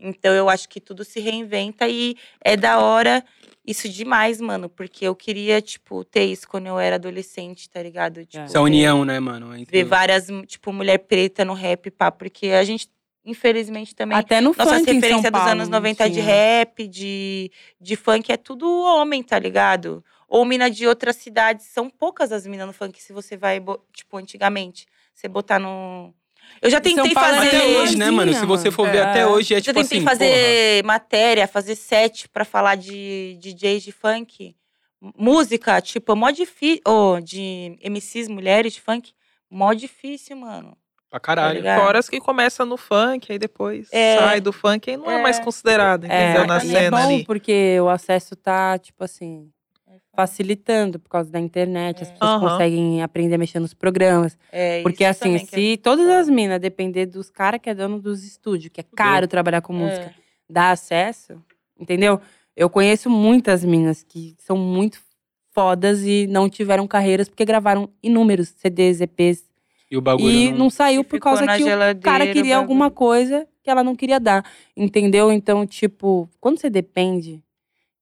S4: Então eu acho que tudo se reinventa e é da hora isso demais, mano. Porque eu queria, tipo, ter isso quando eu era adolescente, tá ligado? Tipo,
S2: É.
S1: Essa união, né, mano? entre-
S4: Ver várias, tipo, mulher preta no rap, pá. Porque a gente, infelizmente, também…
S3: Até no
S4: Nossas
S3: funk em São
S4: referências dos
S3: Paulo,
S4: anos
S3: não
S4: 90 de
S3: tinha.
S4: rap, de, de funk, é tudo homem, tá ligado? Ou mina de outras cidades. São poucas as minas no funk, se você vai, bo- tipo, antigamente. Você botar no… Eu já
S3: Em São
S4: tentei
S3: Paulo é
S4: fazer…
S1: Até hoje, né, mano?
S3: Sozinha,
S1: Se você for ver,
S2: É.
S1: até hoje é
S4: Eu já
S1: tipo
S4: tentei
S1: assim.
S4: fazer matéria, fazer set pra falar de DJs de funk. M- Música, tipo, é mó difícil. Ou de MCs, mulheres de funk. Mó difícil, mano.
S1: Porra, pra
S4: Tá
S1: caralho.
S4: ligado? É.
S2: Fora as que começam no funk, aí depois
S4: É.
S2: sai do funk e não é,
S4: É.
S2: mais considerado,
S3: É,
S2: entendeu? Na
S3: e é
S2: cena
S3: bom
S2: ali.
S3: porque o acesso tá, tipo assim,
S4: É
S3: facilitando por causa da internet. As pessoas
S2: Aham.
S3: conseguem aprender a mexer nos programas.
S4: É
S3: Porque
S4: isso
S3: assim,
S4: também que
S3: se todas as minas depender dos caras que é dono dos estúdios, que é caro trabalhar com
S4: é-
S3: música, dá acesso, entendeu? Eu conheço muitas minas que são muito fodas e não tiveram carreiras porque gravaram inúmeros CDs, EPs.
S1: E o bagulho.
S3: E não saiu
S4: E
S3: por
S4: ficou
S3: causa
S4: na
S3: que o
S4: geladeira,
S3: cara queria
S4: bagulho.
S3: alguma coisa que ela não queria dar, entendeu? Então, tipo, quando você depende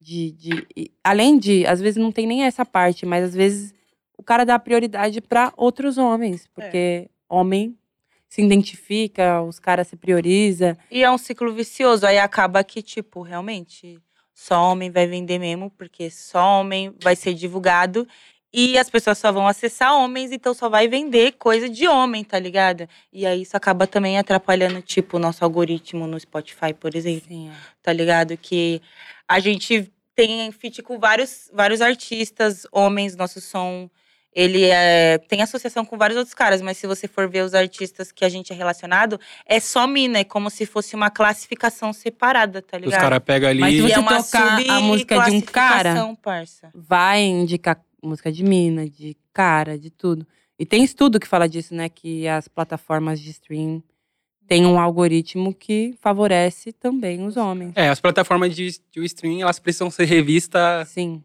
S3: de, de- e- além de, às vezes não tem nem essa parte, mas às vezes o cara dá prioridade pra outros homens, porque homem se identifica, os caras se prioriza.
S4: E é um ciclo vicioso. Aí acaba que, tipo, realmente, só homem vai vender mesmo, porque só homem vai ser divulgado. E as pessoas só vão acessar homens, então só vai vender coisa de homem, tá ligado? E aí isso acaba também atrapalhando, tipo, o nosso algoritmo no Spotify, por exemplo,
S3: Sim, é.
S4: tá ligado? Que a gente tem feat com vários, vários artistas, homens, nosso som. Ele é, tem associação com vários outros caras, mas se você for ver os artistas que a gente é relacionado, é só mina, é como se fosse uma classificação separada, tá
S1: Os
S4: ligado?
S1: caras pegam ali.
S3: Mas
S4: E
S3: se você
S4: é uma
S3: tocar a música de um cara-
S4: subclassificação, Parça.
S3: vai indicar música de mina, de cara, de tudo. E tem estudo que fala disso, né? Que as plataformas de stream têm um algoritmo que favorece também os homens.
S1: É, as plataformas de, de streaming, elas precisam ser revistas.
S3: Sim.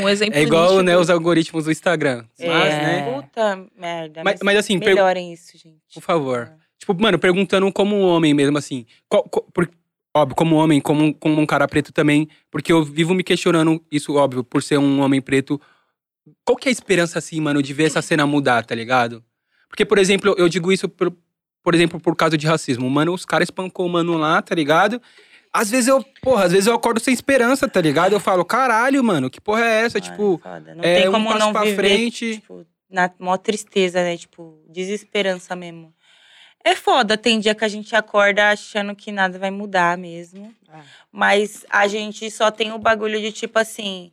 S2: Um exemplo
S1: É igual,
S2: nítido.
S1: né, os algoritmos do Instagram.
S4: É,
S1: Mas, né?
S4: puta merda.
S1: Mas, mas assim, per-
S4: melhorem isso, gente.
S1: Por favor. Tipo, mano, perguntando como um homem mesmo, assim. qual- qual- por- óbvio, como homem, como, um- como um cara preto também. Porque eu vivo me questionando isso, óbvio, por ser um homem preto. Qual que é a esperança, assim, mano, de ver essa cena mudar, tá ligado? Porque, por exemplo, eu digo isso, por, por exemplo, por causa de racismo. Mano, os caras espancou o mano lá, tá ligado? Às vezes eu, porra, às vezes eu acordo sem esperança, tá ligado? Eu falo, caralho, mano, que porra é essa?
S4: Mano,
S1: tipo,
S4: foda. não
S1: é,
S4: tem
S1: um
S4: como
S1: passo
S4: não
S1: pra
S4: viver,
S1: frente.
S4: tipo, na maior tristeza, né? Tipo, desesperança mesmo. É foda, tem dia que a gente acorda achando que nada vai mudar mesmo.
S3: É.
S4: Mas a gente só tem o bagulho de tipo assim,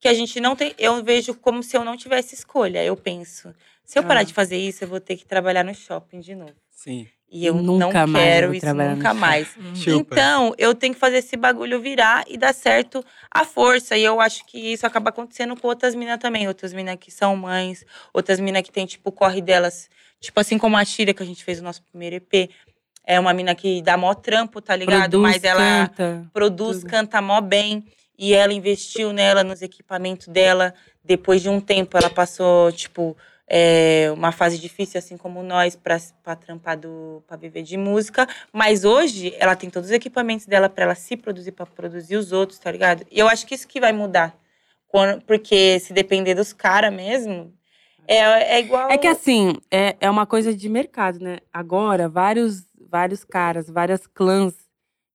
S4: que a gente não tem, eu vejo como se eu não tivesse escolha, eu penso. Se eu parar
S3: Ah.
S4: de fazer isso, eu vou ter que trabalhar no shopping de novo.
S1: sim.
S4: E eu
S3: Nunca
S4: não
S3: mais eu
S4: quero
S3: vou
S4: isso
S3: trabalhar no
S4: nunca
S3: shopping.
S4: mais.
S1: Chupa.
S4: Então, eu tenho que fazer esse bagulho virar e dar certo à força. E eu acho que isso acaba acontecendo com outras minas também. Outras minas que são mães, outras minas que tem, tipo, o corre delas. Tipo assim como a Tira, que a gente fez o nosso primeiro EP. É uma mina que dá mó trampo, tá ligado?
S3: Produz,
S4: Mas ela
S3: canta.
S4: produz,
S3: tudo.
S4: canta mó bem. E ela investiu nela, nos equipamentos dela. Depois de um tempo, ela passou, tipo, é, uma fase difícil, assim como nós, pra, pra trampar, do, pra viver de música. Mas hoje, ela tem todos os equipamentos dela pra ela se produzir, pra produzir os outros, tá ligado? E eu acho que isso que vai mudar. Quando- porque se depender dos caras mesmo, é, é igual.
S3: É que assim, é, é uma coisa de mercado, né? Agora, vários, vários caras, várias clãs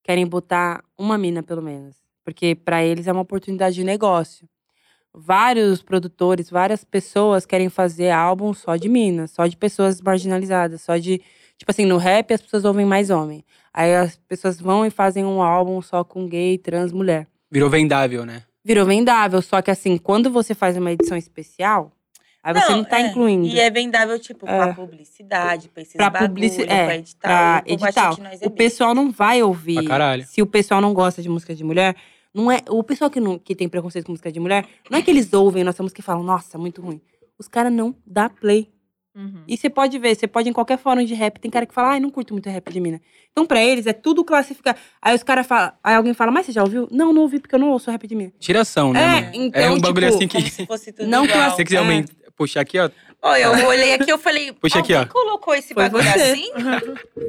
S3: querem botar uma mina, pelo menos. Porque pra eles é uma oportunidade de negócio. Vários produtores, várias pessoas querem fazer álbum só de minas, só de pessoas marginalizadas, só de. Tipo assim, no rap as pessoas ouvem mais homem. Aí as pessoas vão e fazem um álbum só com gay, trans, mulher.
S1: Virou vendável, né?
S3: Virou vendável, só que assim, quando você faz uma edição especial, aí você não tá
S4: é.
S3: incluindo.
S4: E é vendável, tipo, pra
S3: É.
S4: publicidade, pra esses
S3: Pra
S4: bagulho,
S3: publici- é,
S4: pra edital.
S3: pra
S4: o povo acha
S3: edital.
S4: que nós é
S3: O
S4: bicho.
S3: pessoal não vai ouvir.
S1: Pra caralho.
S3: Se o pessoal não gosta de música de mulher, não é o pessoal que, não, que tem preconceito com música de mulher, não é que eles ouvem a nossa música e falam, nossa, muito ruim. Os caras não dá play.
S2: Uhum.
S3: E você pode ver, você pode em qualquer fórum de rap, tem cara que fala, ai, não curto muito rap de mina. Então, pra eles, é tudo classificar. Aí os caras falam, aí alguém fala, mas você já ouviu? Não, não ouvi, porque eu não ouço rap de mina.
S1: Tiração, né,
S3: É,
S1: mano?
S3: então,
S1: é um bagulho
S3: tipo,
S1: assim que.
S4: Como se fosse tudo
S3: não
S4: igual.
S1: Se você quiser
S3: É.
S1: aumentar, puxar aqui, ó.
S4: Ó, eu olhei aqui, eu falei,
S1: Puxa aqui,
S4: alguém
S1: ó.
S4: colocou esse
S3: Foi
S4: bagulho
S3: você.
S4: assim?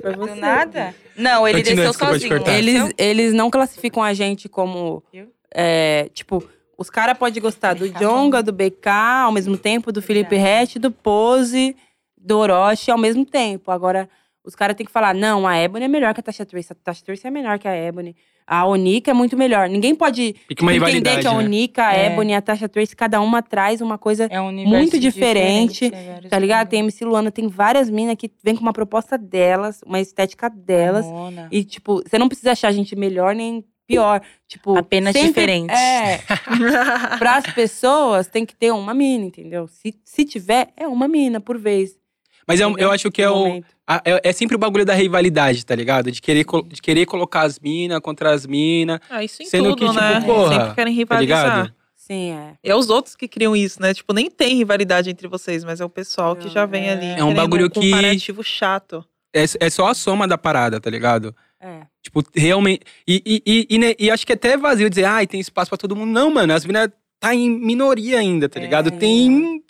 S3: Foi
S4: Do nada? Não, ele
S1: Continua,
S4: desceu
S1: desculpa te
S4: sozinho.
S1: cortar.
S4: não
S3: Eles,
S4: desceu?
S3: eles não classificam a gente como.
S4: Viu?
S3: é, tipo, Os caras podem gostar do
S4: BK
S3: Jonga, do BK, ao mesmo tempo, do Felipe Rett, do Pose, do Orochi, ao mesmo tempo. Agora, os caras têm que falar: não, a Ebony é melhor que a Tasha Trace, a Tasha Trace é melhor que a Ebony. A Onika é muito melhor. Ninguém pode
S1: Fica uma
S3: entender
S1: rivalidade,
S3: que um a
S1: né?
S3: Onika, a
S4: É.
S3: Ebony, a Tasha Trace, cada uma traz uma coisa
S4: É um universo
S3: Muito diferente,
S4: né, vários
S3: Tá ligado? Tem
S4: caminhos.
S3: MC Luana, tem várias minas que vem com uma proposta delas, uma estética delas.
S4: Mona.
S3: E, tipo, você não precisa achar a gente melhor nem pior. Tipo,
S4: Apenas
S3: sempre-
S4: diferente.
S3: É. Pras pessoas, tem que ter uma mina, entendeu? Se, se tiver, é uma mina por vez.
S1: Mas é um-
S3: entendeu?
S1: eu acho que
S3: No
S1: é, o,
S3: momento.
S1: a- é, é sempre o bagulho da rivalidade, tá ligado? De querer, col- de querer colocar as minas contra as minas,
S2: Ah, isso em
S1: Sendo
S2: tudo,
S1: que, tipo,
S2: né? Eles
S1: porra,
S2: Sempre querem
S1: tá
S2: rivalizar.
S1: ligado?
S3: Sim, é.
S2: é os outros que criam isso, né? Tipo, nem tem rivalidade entre vocês, mas é o pessoal que já vem ali.
S1: É um
S2: querendo
S1: bagulho que-
S2: comparativo chato.
S1: É, s- é só a soma da parada, tá ligado?
S3: É.
S1: Tipo, realmente. E, e, e, e, né, e acho que é até vazio dizer, ai, tem espaço pra todo mundo. Não, mano, as minas tá em minoria ainda, tá
S3: É.
S1: ligado? Tem um-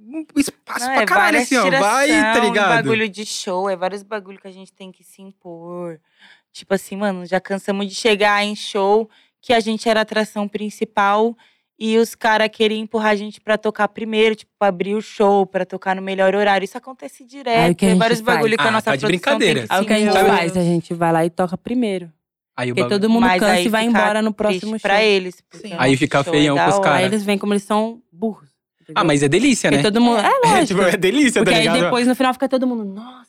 S1: um espaço
S4: Não,
S1: pra
S4: é
S1: caralho,
S4: várias
S1: assim, ó. Vai, tá
S4: tiração,
S3: um
S4: é
S1: ligado?
S4: bagulho de show, é vários bagulho que a gente tem que se impor. Tipo assim, mano, já cansamos de chegar em show que a gente era a atração principal e os caras queriam empurrar a gente pra tocar primeiro, tipo, pra abrir o show, pra tocar no melhor horário. Isso acontece
S3: Aí o
S4: direto.
S3: que a
S4: é
S3: gente
S4: vários
S3: faz?
S4: bagulho que
S1: Ah,
S4: a nossa
S1: tá de
S4: produção
S1: brincadeira.
S4: tem É que
S3: Aí o que a
S4: se
S3: gente
S4: impor.
S3: faz? A gente vai lá e toca primeiro.
S1: Aí o
S3: Porque
S1: bagulho.
S3: todo mundo
S4: Mas
S3: cansa
S4: aí
S3: e vai
S4: fica
S3: embora no próximo
S4: Triste
S3: show.
S4: pra eles. porque
S2: Sim.
S4: o
S1: Aí
S4: nosso
S1: fica
S4: show
S1: feião
S4: é da
S1: pros
S4: hora.
S1: cara.
S3: Aí eles vêm como eles são burros.
S1: Ah, mas é delícia,
S3: Porque
S1: né?
S3: todo mundo. É,
S1: É,
S3: lógico.
S1: tipo, é delícia,
S3: Porque
S1: tá
S3: aí
S1: ligado?
S3: depois, no final, fica todo mundo, nossa,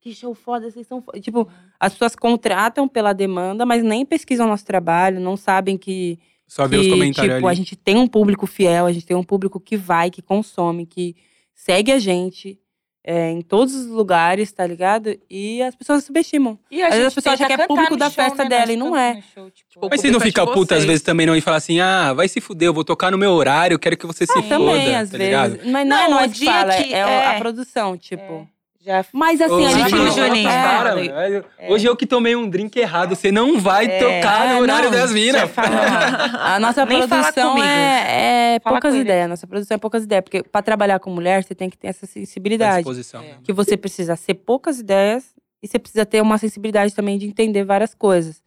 S3: que show foda, vocês são foda. Tipo, as pessoas contratam pela demanda, mas nem pesquisam nosso trabalho, não sabem que,
S1: Só ver os
S3: que,
S1: comentários
S3: tipo, a
S1: ali.
S3: gente tem um público fiel, a gente tem um público que vai, que consome, que segue a gente é, em todos os lugares, tá ligado? E as pessoas subestimam.
S4: E a
S3: Às vezes
S4: gente
S3: a pessoa
S4: tenta
S3: acha que é
S4: cantar
S3: público
S4: no
S3: da
S4: show,
S3: festa
S4: né?
S3: dela,
S4: Nós
S3: e não
S4: cantamos
S3: é.
S4: no show, tipo,
S2: Mas
S1: Mas
S2: O
S1: vocês não
S2: público é
S1: ficam
S2: de
S1: puta às
S2: vocês.
S1: vezes também não e falar assim, ah, vai se fuder, eu vou tocar no meu horário, eu quero que você se foda,
S3: Ah, Também, às
S1: tá ligado?
S3: vezes. Mas não,
S4: Não,
S3: é
S4: o
S3: nós que
S4: dia
S3: fala,
S4: que-
S3: é,
S4: é.
S3: a produção, tipo.
S4: Já
S3: Mas assim,
S1: Ô,
S3: a gente
S4: Juninho,
S1: Juninho,
S3: não-
S4: Juninho,
S3: é,
S1: para,
S2: é.
S1: velho. Hoje eu que tomei um drink errado, você não vai
S4: É.
S1: tocar
S3: É,
S1: no horário
S3: não,
S1: das
S4: já
S1: minas. Tá
S4: fala.
S3: A nossa
S4: Nem fala
S3: produção
S4: comigo.
S3: é, é
S4: Fala
S3: poucas
S4: com ele.
S3: ideias. Nossa produção é poucas ideias. Porque pra trabalhar com mulher, você tem que ter essa
S1: À
S3: sensibilidade.
S1: disposição.
S4: É.
S3: Que você precisa ser poucas ideias e você precisa ter uma sensibilidade também de entender várias coisas.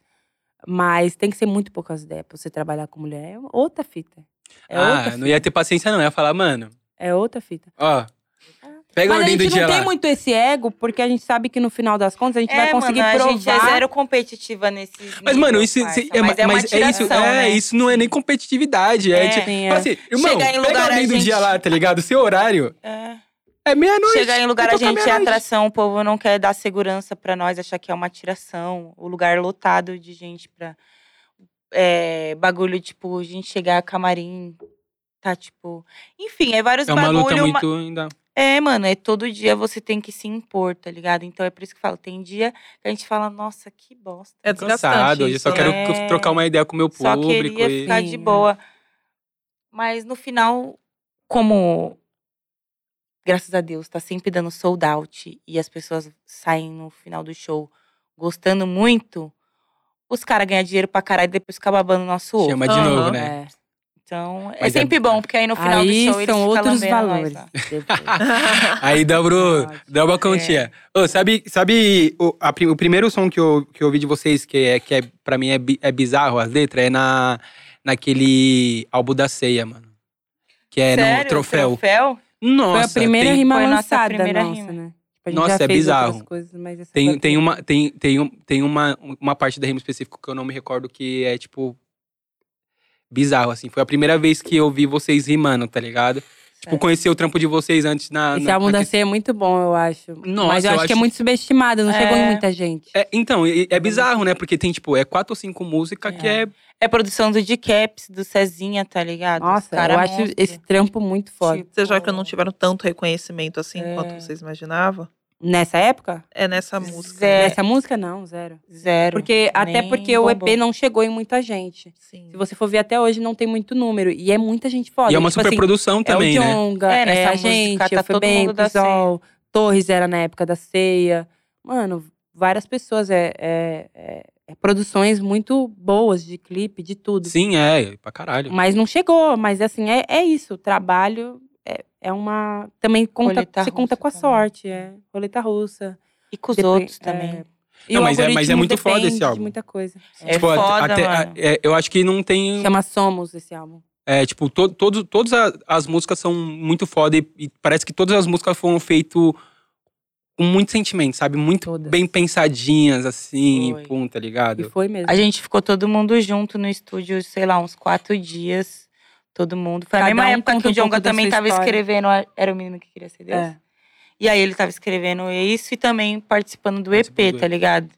S3: Mas tem que ser muito poucas ideias pra você trabalhar com mulher. É outra fita. É
S1: ah,
S3: outra fita.
S1: não ia ter paciência não, ia falar, mano,
S3: É outra fita.
S1: ó, pega a
S3: Mas a
S1: ordem do
S3: gente
S1: dia
S3: não tem
S1: lá.
S3: muito esse ego, porque a gente sabe que no final das contas a gente vai conseguir
S4: É, mano,
S3: provar.
S4: A gente é zero competitiva nesse.
S1: Mas, mano, isso, se- é, mas
S4: uma
S1: é isso,
S4: tiração,
S1: é,
S4: né?
S1: isso não é nem competitividade. É,
S4: É.
S1: tipo,
S3: Sim, é.
S1: fala assim, irmão,
S4: Chegar em
S1: pega a
S4: lugar,
S1: ordem
S4: a
S1: do
S4: gente-
S1: dia lá, tá ligado? Seu horário
S4: É.
S1: é meia-noite.
S4: Chegar em lugar
S1: vai
S4: a
S1: tocar
S4: gente é
S1: meia-noite.
S4: atração, o povo não quer dar segurança pra nós, achar que é uma tiração. O lugar lotado de gente pra. É, bagulho, tipo, a gente chegar a camarim. Tá, tipo. Enfim, é vários
S1: É uma
S4: bagulho.
S1: luta
S4: uma-
S1: muito ainda.
S4: É, mano, é todo dia você tem que se impor, tá ligado? Então é por isso que eu falo, tem dia que a gente fala, nossa, que bosta.
S2: É desgastante.
S1: Cansado, hoje eu só
S2: isso,
S1: quero
S2: né?
S1: co- trocar uma ideia com o meu
S4: Só
S1: público.
S4: queria
S1: e...
S4: ficar
S3: Sim,
S4: de
S3: é.
S4: boa. Mas no final, como graças a Deus tá sempre dando sold out e as pessoas saem no final do show gostando muito, os caras ganham dinheiro pra caralho e depois ficam babando nosso ovo.
S1: Chama de
S2: Aham.
S1: novo, né?
S3: É.
S4: Então, é
S1: Mas é-
S4: sempre bom, porque aí no final
S3: Aí
S4: do show eles
S3: são
S4: ficam
S3: outros
S4: lambendo nós
S3: valores.
S4: lá.
S1: Aí dá, pro, dá
S4: É.
S1: uma quantia. é? Ô, sabe sabe o, a pri- o primeiro som que eu, que eu ouvi de vocês, que, é, que é, pra mim é, bi- é bizarro as letras, é na, naquele álbum da ceia, mano. Que é
S4: Sério?
S1: no troféu.
S4: troféu?
S1: Nossa,
S3: Foi a primeira
S1: tem,
S3: rima
S4: Foi a nossa
S3: lançada
S4: primeira
S3: nossa,
S4: rima.
S3: né?
S1: Nossa, é bizarro.
S3: coisas, mas essa
S1: Tem,
S3: daqui-
S1: tem, uma, tem, tem, um- tem uma, uma parte da rima específica que eu não me recordo que é, tipo, bizarro, assim. Foi a primeira vez que eu vi vocês rimando, tá ligado? Tipo,
S4: Certo.
S1: conhecer o trampo de vocês antes na.
S3: É. Esse
S1: na-
S3: álbum da
S1: naquele-
S3: C é muito bom, eu acho.
S1: Nossa,
S3: mas eu,
S1: eu
S3: acho, que é
S1: acho-
S3: muito subestimado, não chegou em
S4: É.
S3: muita gente.
S1: É, então, e- e é, bizarro, né? Porque tem, tipo, é quatro ou cinco músicas que é.
S4: É produção do D-Caps, do Cezinha, tá ligado? Os
S3: Nossa,
S4: cara
S3: eu acho
S4: monstro.
S3: esse trampo muito foda.
S2: Vocês já que não tiveram tanto reconhecimento assim
S4: É.
S2: quanto vocês imaginavam?
S3: Nessa época?
S2: É nessa música.
S4: Zero. É.
S3: Nessa música, não, zero.
S4: Zero.
S3: Porque, até
S4: Nem
S3: porque o
S4: bombou.
S3: EP não chegou em muita gente.
S2: Sim.
S3: Se você for ver até hoje, não tem muito número. E é muita gente foda.
S1: E é uma
S3: tipo assim,
S1: superprodução também,
S3: é o
S1: né?
S3: Djonga,
S4: É,
S3: é,
S4: nessa
S3: a
S4: música
S3: gente,
S4: tá
S3: eu fui
S4: todo
S3: bem,
S4: mundo da
S3: Pisol, Torres era na época da ceia. Mano, várias pessoas. É, é- é- é produções muito boas de clipe, de tudo.
S1: Sim, é, pra caralho.
S3: Mas não chegou. Mas assim, é, é isso. O trabalho é, é uma. Também conta,
S4: Roleta
S3: você conta
S4: russa
S3: com a
S4: também.
S3: sorte. É. Roleta russa.
S4: E com os
S3: Depen-
S4: outros
S3: é.
S4: também.
S3: E
S1: Não,
S3: o
S1: mas é- mas é
S3: algoritmo
S1: muito foda esse
S3: depende de
S1: álbum.
S3: muita coisa.
S4: É foda, mano.
S1: a- é, eu acho que não tem.
S3: Chama Somos esse álbum.
S1: É, tipo, to, todos, todas a- as músicas são muito foda e, e parece que todas as músicas foram feitas com muito sentimento, sabe? Muito
S3: Todas.
S1: bem pensadinhas, assim,
S4: Foi.
S1: e pum, tá
S3: E
S1: ligado?
S3: foi mesmo.
S4: A gente ficou todo mundo junto no estúdio, sei lá, uns quatro dias. Todo mundo. Foi a
S3: Cada
S4: mesma
S3: um
S4: época
S3: conta
S4: que o
S3: um pouco
S4: Djonga
S3: da
S4: também
S3: sua
S4: tava
S3: história.
S4: escrevendo. a- Era o menino que queria ser Deus.
S3: É.
S4: E aí ele tava escrevendo isso e também participando do EP,
S1: Participando do
S4: tá
S1: EP.
S4: ligado?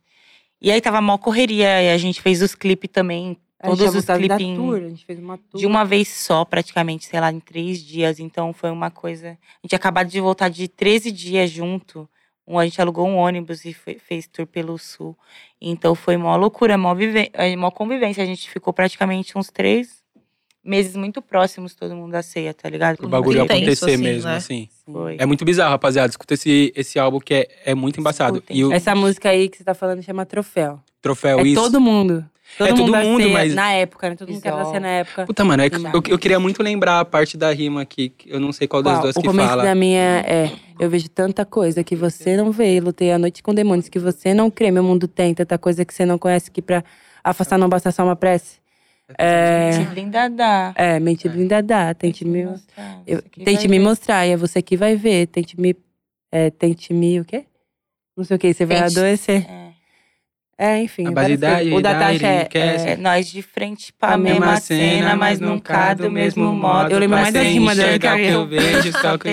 S4: E aí tava mó correria. E a gente fez os clipes também,
S3: A gente
S4: todos
S3: tinha
S4: os
S3: voltado da
S4: clipinhos.
S3: tour, a gente fez uma tour.
S4: de uma vez só, praticamente, sei lá, em três dias. Então foi uma coisa. A gente acabado de voltar de 13 dias junto. Um- A gente alugou um ônibus e fe- fez tour pelo sul. Então foi mó loucura, mó, vive... eh, mó convivência. A gente ficou praticamente uns três meses muito próximos, todo mundo da ceia, tá ligado?
S1: O bagulho ia
S2: Intenso,
S1: acontecer
S2: assim,
S1: mesmo,
S2: né?
S1: assim.
S4: Foi.
S1: É muito bizarro, rapaziada. Escuta esse, esse álbum que é, é muito embaçado.
S4: Escutem.
S1: E o
S3: Essa música aí que você tá falando chama Troféu.
S1: troféu,
S3: é
S1: isso.
S3: todo mundo. Todo
S1: É todo
S3: mundo, da
S1: mundo,
S3: ceia,
S1: mas-
S3: Na época, né? Todo mundo quer nascer na época.
S1: Puta, mano, é que
S3: Já.
S1: eu, eu queria muito lembrar a parte da rima aqui. que Eu não sei qual das
S3: Qual?
S1: duas
S3: o
S1: que
S3: começo
S1: fala.
S3: da minha é eu vejo tanta coisa que você não vê lutei a noite com demônios que você não crê meu mundo tem tanta coisa que você não conhece que pra afastar não basta só uma prece é,
S4: Gente, blindadá.
S3: é mente blindada tente me
S4: mostrar.
S3: eu-
S4: isso aqui
S3: tente
S4: vai
S3: me
S4: ver.
S3: mostrar e é você que vai ver tente me é, tente me o quê não sei o que você vai
S4: Tente-
S3: adoecer
S4: É.
S3: é enfim
S1: A
S3: várias
S1: base
S3: coisas. o da
S1: idade,
S3: Tasha é,
S1: enriquece.
S4: É,
S3: é,
S4: nós de frente pra
S3: A
S4: mesma, cena, mas nunca do mesmo modo.
S3: Eu lembro
S4: pra
S3: mais da
S4: sem
S3: rima dela
S4: enxergar
S3: que
S4: o que eu
S1: vejo,
S4: só que eu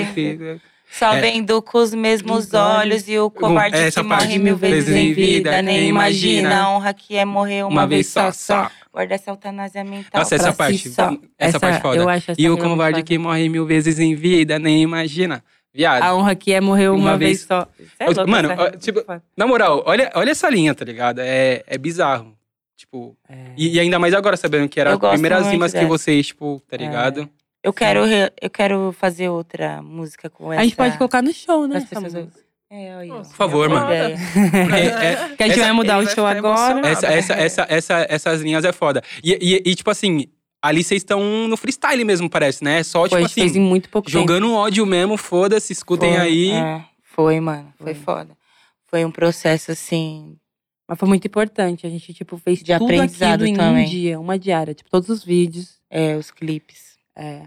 S4: Só
S1: É.
S4: vendo com os mesmos
S3: Os olhos.
S4: olhos e o covarde
S1: essa
S4: que
S1: parte.
S4: morre mil vezes em vida. Nem imagina a honra que é morrer uma, vez só. só. Guarda essa eutanásia mental.
S1: Nossa, essa
S4: pra
S1: parte.
S4: Si só.
S1: Essa, parte foda.
S3: eu acho essa
S1: E o
S3: rima muito
S1: covarde
S3: foda.
S1: que morre mil vezes em vida, nem imagina. Viado.
S3: a honra que é morrer uma,
S1: Uma
S3: vez,
S1: vez-
S3: só Cê é
S1: Eu-
S3: louco,
S1: mano,
S3: essa rima
S1: ó,
S3: é
S1: tipo,
S3: muito foda.
S1: Na moral, olha, olha essa linha, tá ligado? É, é bizarro. Tipo.
S3: É.
S1: E, e ainda mais agora, sabendo que era
S4: Eu
S1: as
S4: gosto
S1: primeiras
S4: muito
S1: rimas que
S4: dessa.
S1: vocês, tipo, tá ligado?
S4: Eu quero, re- eu quero fazer outra música com essa.
S3: A gente pode colocar no show, né?
S4: As
S3: essa
S4: pessoas-
S3: música?
S4: É, aí, ó.
S2: Nossa,
S1: favor,
S4: Boa
S1: mano.
S4: ideia.
S1: Porque é-
S3: Que a gente
S1: Essa-
S3: vai mudar
S2: ele
S3: o
S2: vai
S3: show
S2: ficar
S3: agora.
S2: emocionado.
S1: essa, essa, essa, essa- essas linhas é foda. E, e, e, tipo assim, ali vocês estão no freestyle mesmo, parece, né? Só,
S3: Foi, a
S1: tipo
S3: gente fez
S1: assim,
S3: em muito pouco tempo.
S1: jogando ódio mesmo, foda-se, escutem
S4: Foi,
S1: aí.
S4: é, foi, mano. Foi,
S3: Foi.
S4: foda. Foi um processo assim.
S3: Mas foi muito importante. A gente, tipo, fez
S4: De
S3: tudo
S4: aprendizado
S3: aquilo em um
S4: também.
S3: dia, uma diária. Tipo, todos os vídeos.
S4: É, os clipes.
S3: É.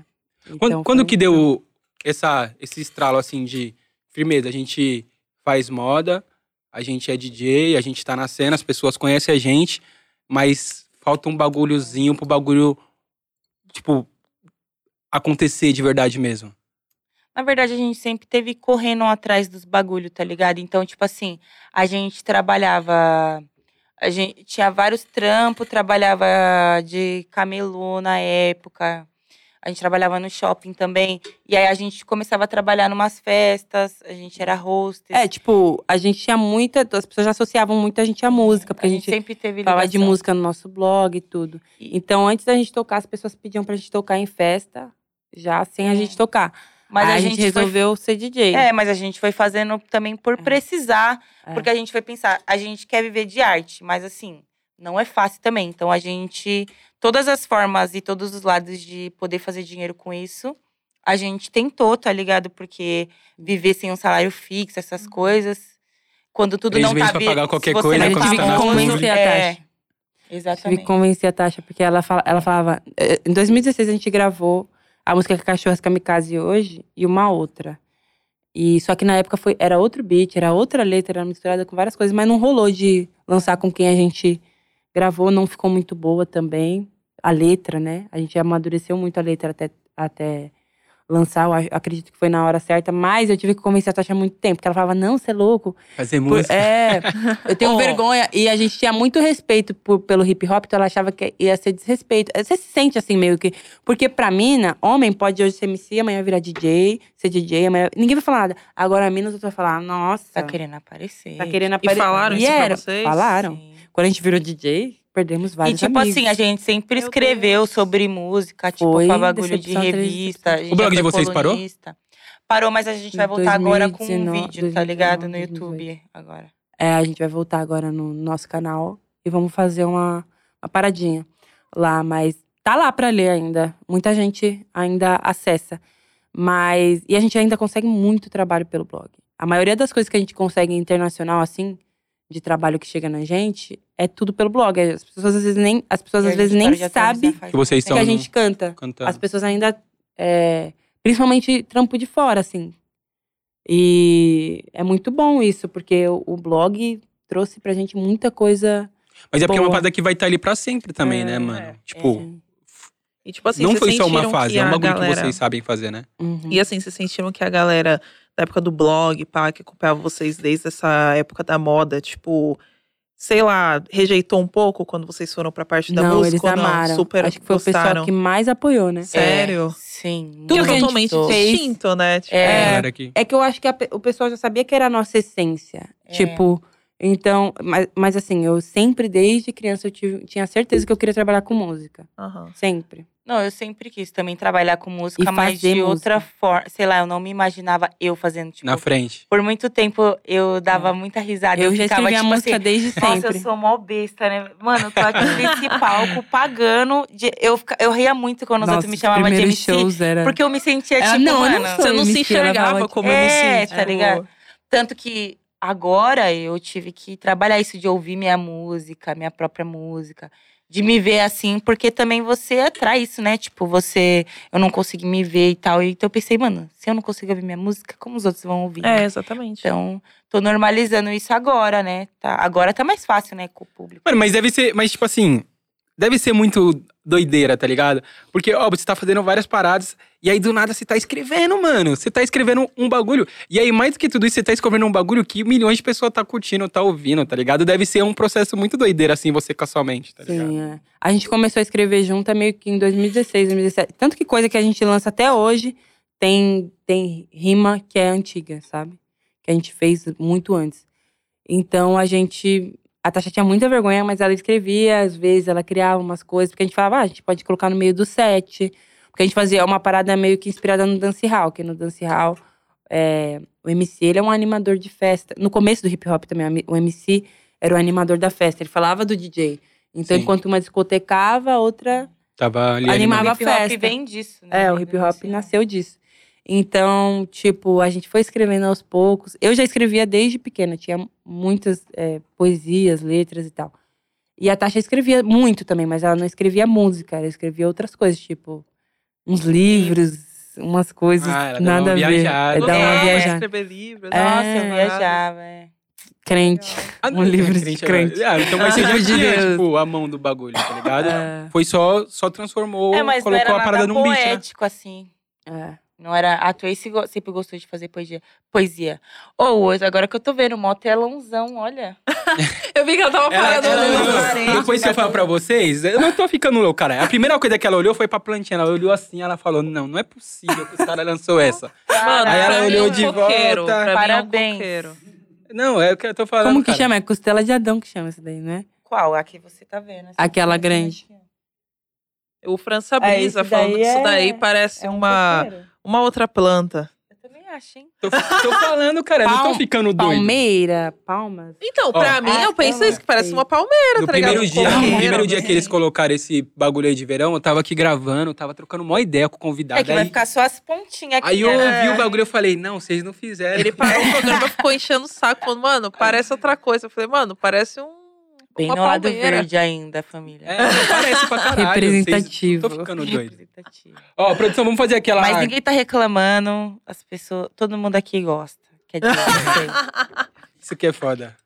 S3: Então,
S1: Quando, quando
S3: foi-
S1: que deu essa, esse estralo, assim, de firmeza? A gente faz moda, a gente é DJ, a gente tá na cena, as pessoas conhecem a gente, mas falta um bagulhozinho pro bagulho, tipo, acontecer de verdade mesmo.
S4: Na verdade, a gente sempre teve correndo atrás dos bagulho, tá ligado? Então, tipo assim, a gente trabalhava. A gente tinha vários trampos, trabalhava de camelô na época. A gente trabalhava no shopping também. E aí a gente começava a trabalhar numas festas, a gente era hostess.
S3: É, tipo, a gente tinha muita. As pessoas já associavam muito a gente à música, porque a gente,
S4: É, sempre teve
S3: falava de
S4: ligação.
S3: música no nosso blog e tudo.
S4: E-
S3: Então, antes da gente tocar, as pessoas pediam pra gente tocar em festa, já sem a gente tocar.
S4: É. Mas
S3: Aí a, gente,
S4: foi-
S3: resolveu ser DJ.
S4: É, mas a gente foi fazendo também por precisar,
S3: É.
S4: porque a gente foi pensar, a gente quer viver de arte, mas assim, não é fácil também. Então a gente, todas as formas e todos os lados de poder fazer dinheiro com isso, a gente tentou, tá ligado? Porque viver sem um salário fixo, essas
S3: Uhum.
S4: coisas, quando tudo
S1: Três
S4: não
S1: meses
S4: tá
S1: pra
S4: vi-
S1: pagar qualquer
S4: se você
S1: coisa,
S4: não
S1: quando
S4: tá
S1: você tá na
S4: famoso,
S1: fome.
S3: Convencer a
S4: é,
S3: taxa. Tive que
S4: Exatamente.
S3: convencer a Tasha, porque ela, fala- ela falava. eh, Em 2016 a gente gravou a música Cachorras Kamikaze hoje e uma outra. E só que na época foi, era outro beat, era outra letra, era misturada com várias coisas, mas não rolou de lançar com quem a gente gravou, não ficou muito boa também. A letra, né? A gente amadureceu muito a letra até, até lançar, eu ac- acredito que foi na hora certa, mas eu tive que convencer a Tasha há muito tempo, porque ela falava, não, você é louco,
S1: Fazer
S3: por-
S1: música.
S3: é, eu tenho
S4: Ó.
S3: vergonha. E a gente tinha muito respeito por- pelo hip hop, então ela achava que ia ser desrespeito. Você se sente assim meio que. Porque pra mina, homem pode hoje ser MC, amanhã virar DJ, ser DJ, amanhã. Ninguém vai falar nada. Agora a mina, os outros vão falar, nossa.
S4: Tá querendo aparecer.
S3: tá querendo
S2: E
S3: apare-
S2: falaram
S3: e
S2: isso pra
S3: era-
S2: vocês?
S3: Falaram.
S4: Sim.
S3: Quando a gente virou DJ, perdemos vários
S4: E tipo
S3: amigos.
S4: assim, a gente sempre
S2: Meu
S4: escreveu
S2: Deus.
S4: sobre música, tipo,
S3: Foi
S4: pra bagulho de
S3: Decepção atrás de
S4: revista. a
S3: Decepção.
S4: gente
S1: O blog
S4: já
S1: de
S4: foi
S1: vocês parou?
S4: colunista. Parou, mas a gente vai voltar agora com um
S3: 2019,
S4: vídeo, tá ligado? No
S3: 2019,
S4: YouTube agora.
S3: É, a gente vai voltar agora no nosso canal e vamos fazer uma, uma paradinha lá, mas tá lá pra ler ainda. Muita gente ainda acessa. Mas e a gente ainda consegue muito trabalho pelo blog. A maioria das coisas que a gente consegue internacional assim, de trabalho que chega na gente é tudo pelo blog. As pessoas às vezes nem, as pessoas, às vezes, nem
S4: tá
S3: sabem
S1: Que vocês
S3: que
S1: são
S3: a gente canta.
S1: cantando.
S3: As pessoas ainda. é, principalmente trampo de fora, assim. E é muito bom isso, porque o, o blog trouxe pra gente muita coisa.
S1: Mas é porque é uma
S3: Boa.
S1: parada que vai estar ali pra sempre também,
S2: É,
S1: né, mano?
S2: é.
S1: Tipo,
S2: E tipo assim,
S1: não
S2: vocês
S1: foi só uma
S2: sentiram
S1: fase,
S2: que
S1: é um
S2: a
S1: bagulho
S2: galera...
S1: que vocês sabem fazer, né?
S3: Uhum.
S2: E assim, vocês sentiram que a galera da época do blog, pá, que acompanhava vocês desde essa época da moda, tipo, sei lá, rejeitou um pouco quando vocês foram pra parte da
S3: não,
S2: música?
S3: eles
S2: ou não?
S3: amaram.
S2: Super
S3: Acho que foi o
S2: gostaram.
S3: pessoal que mais apoiou, né?
S2: Sério?
S4: Sim.
S3: Tudo
S2: E
S4: muito.
S2: é
S3: que a gente
S2: totalmente
S3: fez-
S2: distinto, né? Tipo,
S4: É.
S1: Galera aqui.
S3: É que eu acho que a pe- o pessoal já sabia que era a nossa essência.
S4: É.
S3: Tipo, então. Mas, mas assim, eu sempre, desde criança, eu tive- tinha certeza que eu queria trabalhar com música.
S2: aham.
S3: Sempre.
S4: Não, eu sempre quis também trabalhar com música,
S3: E
S4: mas de
S3: fazer
S4: outra forma. Sei lá, eu não me imaginava eu fazendo, tipo…
S1: Na frente.
S4: Por muito tempo, eu dava muita risada.
S3: É. eu já
S4: ficava,
S3: escrevi a
S4: tipo
S3: música
S4: assim,
S3: desde
S4: Nossa,
S3: sempre.
S4: eu sou mó besta, né? Mano, eu tô aqui nesse palco pagando. de- Eu, fica- eu ria muito quando os
S3: Nossa,
S4: outros me chamavam de
S3: primeiros
S4: MC.
S3: shows era.
S4: Porque eu me sentia,
S3: Ah,
S4: tipo,
S3: não, eu não
S4: mano.
S3: sou
S2: É Você não se
S3: MC, ela fala
S2: enxergava
S3: que-
S2: como
S4: É,
S2: MC.
S4: tá ligado? Tanto que agora eu tive que trabalhar isso de ouvir minha música, minha própria música. De me ver assim, porque também você atrai isso, né? Tipo, você. Eu não consegui me ver e tal. Então eu pensei, mano, se eu não consigo ouvir minha música, como os outros vão ouvir?
S2: É, exatamente.
S4: Então, tô normalizando isso agora, né? Tá, agora tá mais fácil, né, com o público.
S1: Mano, mas deve ser. Mas, tipo assim. Deve ser muito doideira, tá ligado? Porque, ó, você tá fazendo várias paradas e aí do nada você tá escrevendo, mano. Você tá escrevendo um bagulho. E aí, mais do que tudo isso, você tá escrevendo um bagulho que milhões de pessoas tá curtindo, tá ouvindo, tá ligado? Deve ser um processo muito doideira, assim, você com a sua mente, tá ligado?
S3: Sim, é. A gente começou a escrever junto é meio que em 2016, 2017. Tanto que coisa que a gente lança até hoje tem, tem rima que é antiga, sabe? Que a gente fez muito antes. Então a gente. A Tasha tinha muita vergonha, mas ela escrevia, às vezes ela criava umas coisas, porque a gente falava, ah, a gente pode colocar no meio do set. Porque a gente fazia uma parada meio que inspirada no dance hall, que no dance hall. é, o MC, ele é um animador de festa. No começo do hip hop também, o MC era o animador da festa. Ele falava do DJ. Então,
S1: Sim.
S3: enquanto uma discotecava, a outra.
S1: Tava ali.
S3: Animava
S1: animado.
S3: Uma
S4: o hip hop
S3: festa.
S4: vem disso, né?
S3: É, o
S2: Uhum.
S4: do
S3: hip hop
S4: nacional.
S3: nasceu disso. Então, tipo, a gente foi escrevendo aos poucos. Eu já escrevia desde pequena, tinha muitas é, poesias, letras e tal. E a Tasha escrevia muito também, mas ela não escrevia música, ela escrevia outras coisas, tipo, uns livros, umas coisas.
S1: Ah, ela deu uma
S3: nada a ver.
S1: viajada.
S3: É, dá uma
S4: É.
S3: viajada.
S2: Escrever livros.
S4: Nossa, eu
S3: É.
S4: viajava. é.
S3: Crente.
S1: Ah,
S3: Um livro de
S1: crente
S3: crente.
S1: agora. Ah, então vai ser
S3: Livro de
S1: de
S3: Deus.
S1: tipo, a mão do bagulho, tá ligado?
S3: É.
S1: Foi só, só transformou,
S4: É, mas não
S1: colocou
S4: era
S1: a parada
S4: nada
S1: num beat, né?
S4: poético, assim.
S3: É.
S4: Não era. A Tracy go- sempre gostou de fazer poesia. Poesia. Ou hoje, agora que eu tô vendo, mó telãozão, olha.
S2: Eu vi que ela tava
S1: Ela-
S2: parada.
S1: ela-
S4: olhando
S1: ela-
S4: pra parede,
S1: depois que eu falar pra vocês, eu não tô ficando louco, cara. A primeira coisa que ela olhou foi pra plantinha. Ela olhou assim, ela falou: Não, não é possível que os caras lançou essa.
S2: Mano,
S1: Aí ela
S2: pra mim
S1: olhou
S2: é um
S1: de
S2: coqueiro,
S1: volta.
S2: pra mim é um
S4: Parabéns.
S2: coqueiro.
S1: Não, é o que eu tô falando.
S3: Como que
S1: cara.
S3: chama? É costela de Adão que chama isso daí, né?
S4: Qual? A que você é tá vendo. essa
S3: Aquela
S4: aqui,
S3: grande.
S4: essa aqui,
S2: O França
S4: Ah, esse
S2: Brisa falando
S4: daí
S2: que isso
S4: é-
S2: daí parece
S4: ó. É um
S2: uma,
S4: coqueiro.
S2: uma outra planta.
S4: Eu também acho, hein?
S1: Tô, tô falando, cara. eu não tô
S3: Palm-
S1: ficando doido.
S3: Palmeira, palmas.
S2: Então, pra
S1: Ó.
S2: mim, eu
S3: Ah,
S2: penso
S3: eu
S2: isso, que parece
S3: sei.
S2: uma palmeira,
S1: No
S2: tá ligado?
S1: primeiro,
S2: Um
S1: dia, no
S2: coqueiro.
S1: primeiro dia que eles colocaram esse bagulho aí de verão, eu tava aqui gravando, tava trocando mó ideia com o convidado.
S4: É que
S1: aí,
S4: vai ficar só as pontinhas aqui.
S1: aí eu
S4: né?
S1: ouvi o bagulho e falei, não, vocês não fizeram.
S2: Ele parou o programa ficou enchendo o saco, falando, mano, parece outra coisa. Eu falei, mano, parece um.
S4: Bem
S2: uma
S4: no lado
S2: palmeira.
S4: verde ainda, família.
S1: É, parece pra caralho.
S3: Representativo.
S1: Vocês, tô ficando doido.
S4: Representativo.
S1: Ó, produção, vamos fazer aquela.
S4: Mas ninguém tá reclamando, as pessoas, todo mundo aqui gosta. Quer dizer, não sei.
S1: Isso que é foda.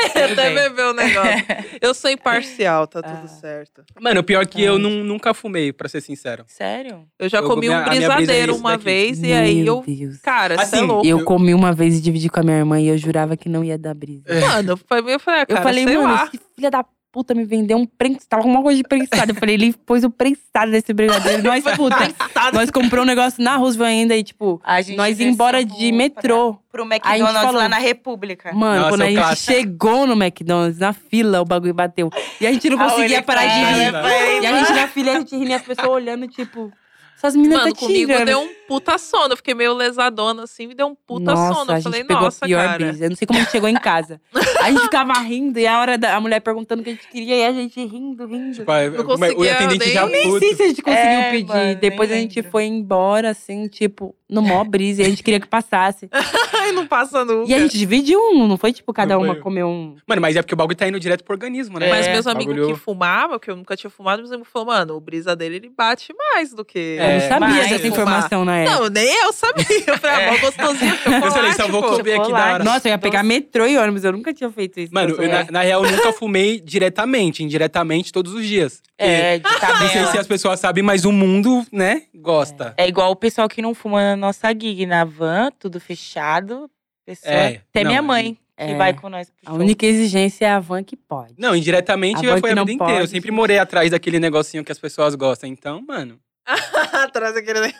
S2: Até
S4: bem.
S2: bebeu o negócio. Eu sou imparcial, tá
S3: Ah.
S2: tudo certo.
S1: Mano, o pior é que eu nun- nunca fumei, pra ser sincero.
S4: sério?
S2: Eu já
S1: Eu
S2: comi
S1: comi a-
S2: um
S1: a minha brisa é
S2: brisadeiro
S1: isso
S2: uma
S1: daqui.
S2: vez e aí
S3: Meu
S2: eu.
S3: Deus.
S2: Cara, você é
S1: Assim,
S2: louco.
S3: Eu comi uma vez e dividi com a minha irmã e eu jurava que não ia dar brisa.
S2: Mano, pra mim, eu falei, ah,
S3: eu
S2: cara,
S3: falei,
S2: sei
S3: mano,
S2: lá.
S3: esse filho da puta me vendeu um prensado. Tava com uma coisa de prensado. Eu falei, ele pôs o prensado desse brigadeiro. Nós, puta, nós comprou um negócio na Roosevelt ainda e, tipo,
S4: A gente
S3: nós ia
S4: desceu
S3: embora
S4: pro-
S3: de metrô.
S4: Pro
S3: A gente
S4: McDonald's
S3: falou-
S4: lá na República.
S3: Mano,
S1: Nossa,
S3: quando
S1: é
S3: a
S1: o
S3: gente
S1: clássico.
S3: chegou no McDonald's, na fila, o bagulho bateu. E a
S2: Ah,
S3: gente não
S4: A
S3: conseguia
S4: Olivia
S3: parar de rir.
S4: né,
S1: Cara,
S3: E a gente na fila, a gente rindo e as pessoas olhando, tipo, essas meninas
S2: Mano,
S3: tá
S2: comigo
S3: tirando.
S2: deu um puta sono. Eu fiquei meio lesadona assim, me deu um puta
S3: nossa,
S2: sono.
S3: A
S2: Eu
S3: gente
S2: falei,
S3: pegou
S2: nossa,
S3: a pior
S2: cara.
S3: brisa. Eu não sei como a gente chegou em casa. A gente ficava rindo e a hora da a mulher perguntando o que a gente queria e a gente rindo, rindo.
S1: Tipo, a-
S2: Não
S1: o
S2: conseguia
S1: atendente
S2: nem-
S1: já
S3: nem
S1: puto.
S3: sei se a gente conseguiu
S4: É,
S3: pedir.
S4: mano, nem
S3: Depois a gente
S4: lembro.
S3: foi embora, assim, tipo, no mó brisa. E a gente queria que passasse.
S2: Ai, não passa nunca.
S3: E a gente dividiu um, não foi tipo cada
S1: Não foi.
S3: uma comeu um.
S1: Mano, mas é porque o bagulho tá indo direto pro organismo, né?
S2: Mas
S3: É,
S2: meus amigos
S1: bagulho-
S2: que fumavam, que eu nunca tinha fumado, meus amigos falaram, mano, o brisa dele, ele bate mais do que…
S3: Eu não
S1: É,
S3: sabia
S2: mais
S3: dessa
S2: fumar.
S3: informação na época.
S2: Não, nem eu sabia. Eu falei, ah, mó gostosinho, chocolate,
S1: É. Eu falei, só vou
S2: pô.
S1: comer aqui da hora.
S3: Tipo, Nossa, é. eu ia pegar metrô e ônibus, eu nunca tinha feito isso.
S1: Mano,
S3: Eu sou-
S1: eu, na, na real, eu nunca fumei diretamente, indiretamente, todos os dias. Porque,
S4: É, de
S1: Não sei se
S4: tabela.
S1: as pessoas sabem, mas o mundo, né, gosta.
S4: É igual o pessoal que não fuma na nossa gig, na van, tudo fechado. Pessoa,
S1: É,
S4: até
S1: não,
S4: minha mãe, que
S3: é.
S4: vai com nós pro
S3: A
S4: show.
S3: única exigência é a van que pode.
S1: Não, indiretamente
S3: A
S1: já
S3: van
S1: foi
S3: que
S1: a
S3: não
S1: vida inteira. Eu
S3: pode.
S1: sempre morei atrás daquele negocinho que as pessoas gostam. Então, mano.
S2: Traz aquele…
S4: Né,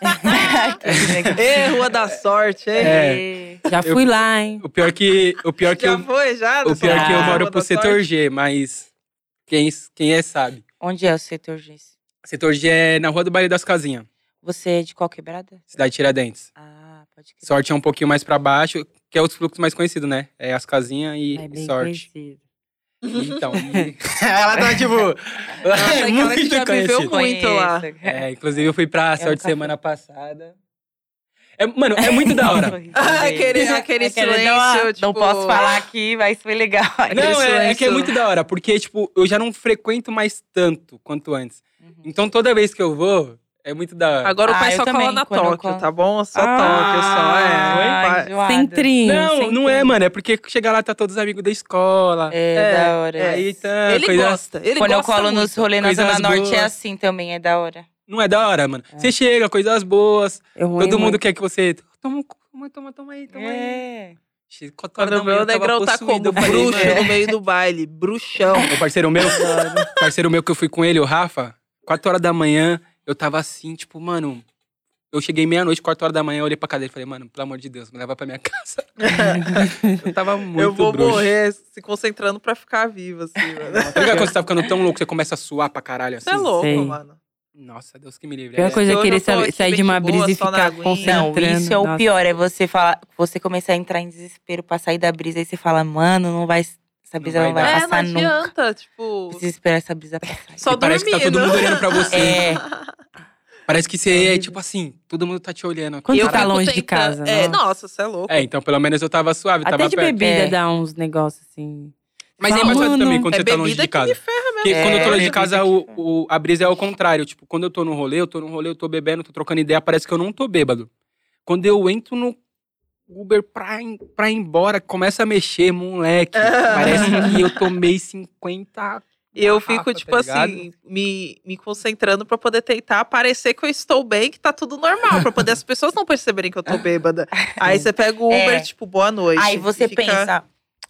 S4: Que
S2: Ê, É, Rua da Sorte, hein?
S1: É.
S4: negócio.
S3: Já
S1: Eu-
S3: fui lá, hein?
S1: O pior que. O pior que
S2: Já
S1: eu,
S2: foi, já?
S1: o pior que eu
S3: Ah,
S1: moro pro setor G, mas. Quem, quem é sabe.
S4: Onde é o setor, gente?
S1: Setor G é na rua do Baile das Casinhas,
S4: Você é de qual quebrada?
S1: cidade de Tiradentes.
S4: Ah, pode crer.
S1: Sorte é um pouquinho mais pra baixo, que é os fluxos mais conhecidos, né? É as casinhas e,
S3: É
S1: e
S3: bem
S1: sorte.
S3: conhecido.
S1: Então. e- Ela tá tipo.
S2: é
S1: é
S2: aquela que já
S1: muito
S2: viveu
S1: conhecida.
S2: com- tá muito lá.
S4: Conheço.
S1: É, inclusive, eu fui pra sorte
S4: nunca
S1: semana passada. É, mano, é muito da hora.
S2: Ah, aquele, aquele silêncio,
S4: não, ah,
S2: tipo… Ah,
S4: não posso falar aqui, mas foi legal.
S1: Não, é, é que é
S2: silêncio.
S1: muito da hora, porque, tipo, eu já não frequento mais tanto quanto antes.
S4: Uhum.
S1: Então, toda vez que eu vou, é muito da hora.
S2: Agora o
S4: Ah,
S2: pai
S4: eu
S2: só cola
S4: também,
S2: na
S4: quando eu
S2: Tóquio,
S4: colo-
S2: tá bom? Só
S1: Ah,
S2: Tóquio, só,
S1: ai,
S2: é. Vai-
S4: enjoada.
S3: Centrinho.
S1: não, não é,
S3: centrinho.
S1: mano. É porque chegar lá tá todos os amigos da escola.
S4: É,
S2: É,
S4: da hora.
S2: é.
S1: Aí tá.
S2: Ele
S1: coisa-
S2: gosta, ele
S4: Quando eu
S2: gosta
S4: colo nos
S2: muito.
S4: rolês na
S1: Coisas
S4: Zona Norte é
S1: boas.
S4: assim também, é da hora.
S1: Não é da hora, mano. Você chega, coisas boas.
S3: É ruim,
S1: todo mundo
S3: mano.
S1: quer que você. Toma, toma, toma, toma aí, toma aí.
S4: É.
S1: Che- quatro horas
S2: Quando
S1: da manhã,
S2: vê o
S1: eu tava
S2: negrão tá como
S1: possuído, eu falei,
S2: bruxo
S1: mano,
S2: no meio do baile, bruxão.
S1: O parceiro meu, parceiro meu que eu fui com ele, o Rafa, 4 horas da manhã, eu tava assim, tipo, mano. Eu cheguei meia-noite, 4 horas da manhã, eu olhei pra cadeira e falei, mano, pelo amor de Deus, me leva pra minha casa. Eu tava muito
S2: eu vou
S1: bruxo.
S2: morrer se concentrando pra ficar viva, assim, mano.
S1: Tá ligado quando você tá ficando tão louco, você começa a suar pra caralho assim?
S2: Você é louco,
S3: Sei.
S2: mano.
S1: Nossa, Deus que me livre.
S3: Pior
S1: É.
S3: coisa
S2: Se
S3: é
S2: eu
S3: querer
S2: não tô
S3: saber,
S2: aqui
S3: sair de
S2: bem
S3: uma
S2: de boa,
S3: brisa e
S2: só na
S3: ficar
S2: aguinha.
S4: Não,
S3: concentrando.
S4: isso é o
S3: Nossa.
S4: pior, é você falar, você começar a entrar em desespero pra sair da brisa e você fala, mano, não vai, essa
S1: Não
S4: brisa
S1: vai
S4: não vai,
S1: dar.
S2: é, não
S4: passar nunca.
S2: adianta, tipo…
S4: Preciso esperar essa brisa passar.
S2: Só
S1: E parece que tá
S2: dormindo.
S1: todo mundo olhando pra você.
S4: É,
S1: Parece que você é tipo assim, todo mundo tá te olhando.
S3: Quando
S1: Caralho.
S3: você tá
S2: fico
S3: longe de
S2: tentando-
S3: casa,
S2: É,
S3: nossa.
S2: nossa, você é louco.
S1: É, então pelo menos eu tava suave,
S3: Até
S1: tava
S3: de
S1: perto.
S3: bebida
S4: É.
S3: dá uns negócios assim.
S1: Mas é mais fácil
S3: Falando.
S1: também quando
S2: é
S1: você tá longe
S2: bebida
S1: de
S2: que
S1: casa.
S2: me ferra mesmo.
S1: Porque
S4: É,
S1: quando eu tô longe de
S4: bebida
S1: casa,
S4: que
S1: o,
S4: ferra.
S1: o- a brisa é o contrário. Tipo, quando eu tô no rolê, eu tô no rolê, eu tô bebendo, tô trocando ideia, parece que eu não tô bêbado. Quando eu entro no Uber pra, ir- pra ir embora, começa a mexer, moleque. Parece que eu tomei 50.
S2: E eu fico,
S1: garrafa,
S2: tipo
S1: tá ligado?
S2: assim, me, me concentrando pra poder tentar parecer que eu estou bem, que tá tudo normal, pra poder as pessoas não perceberem que eu tô bêbada. Aí você pega o Uber,
S4: É.
S2: tipo, boa noite.
S4: aí
S2: e
S4: você
S2: fica-
S4: pensa,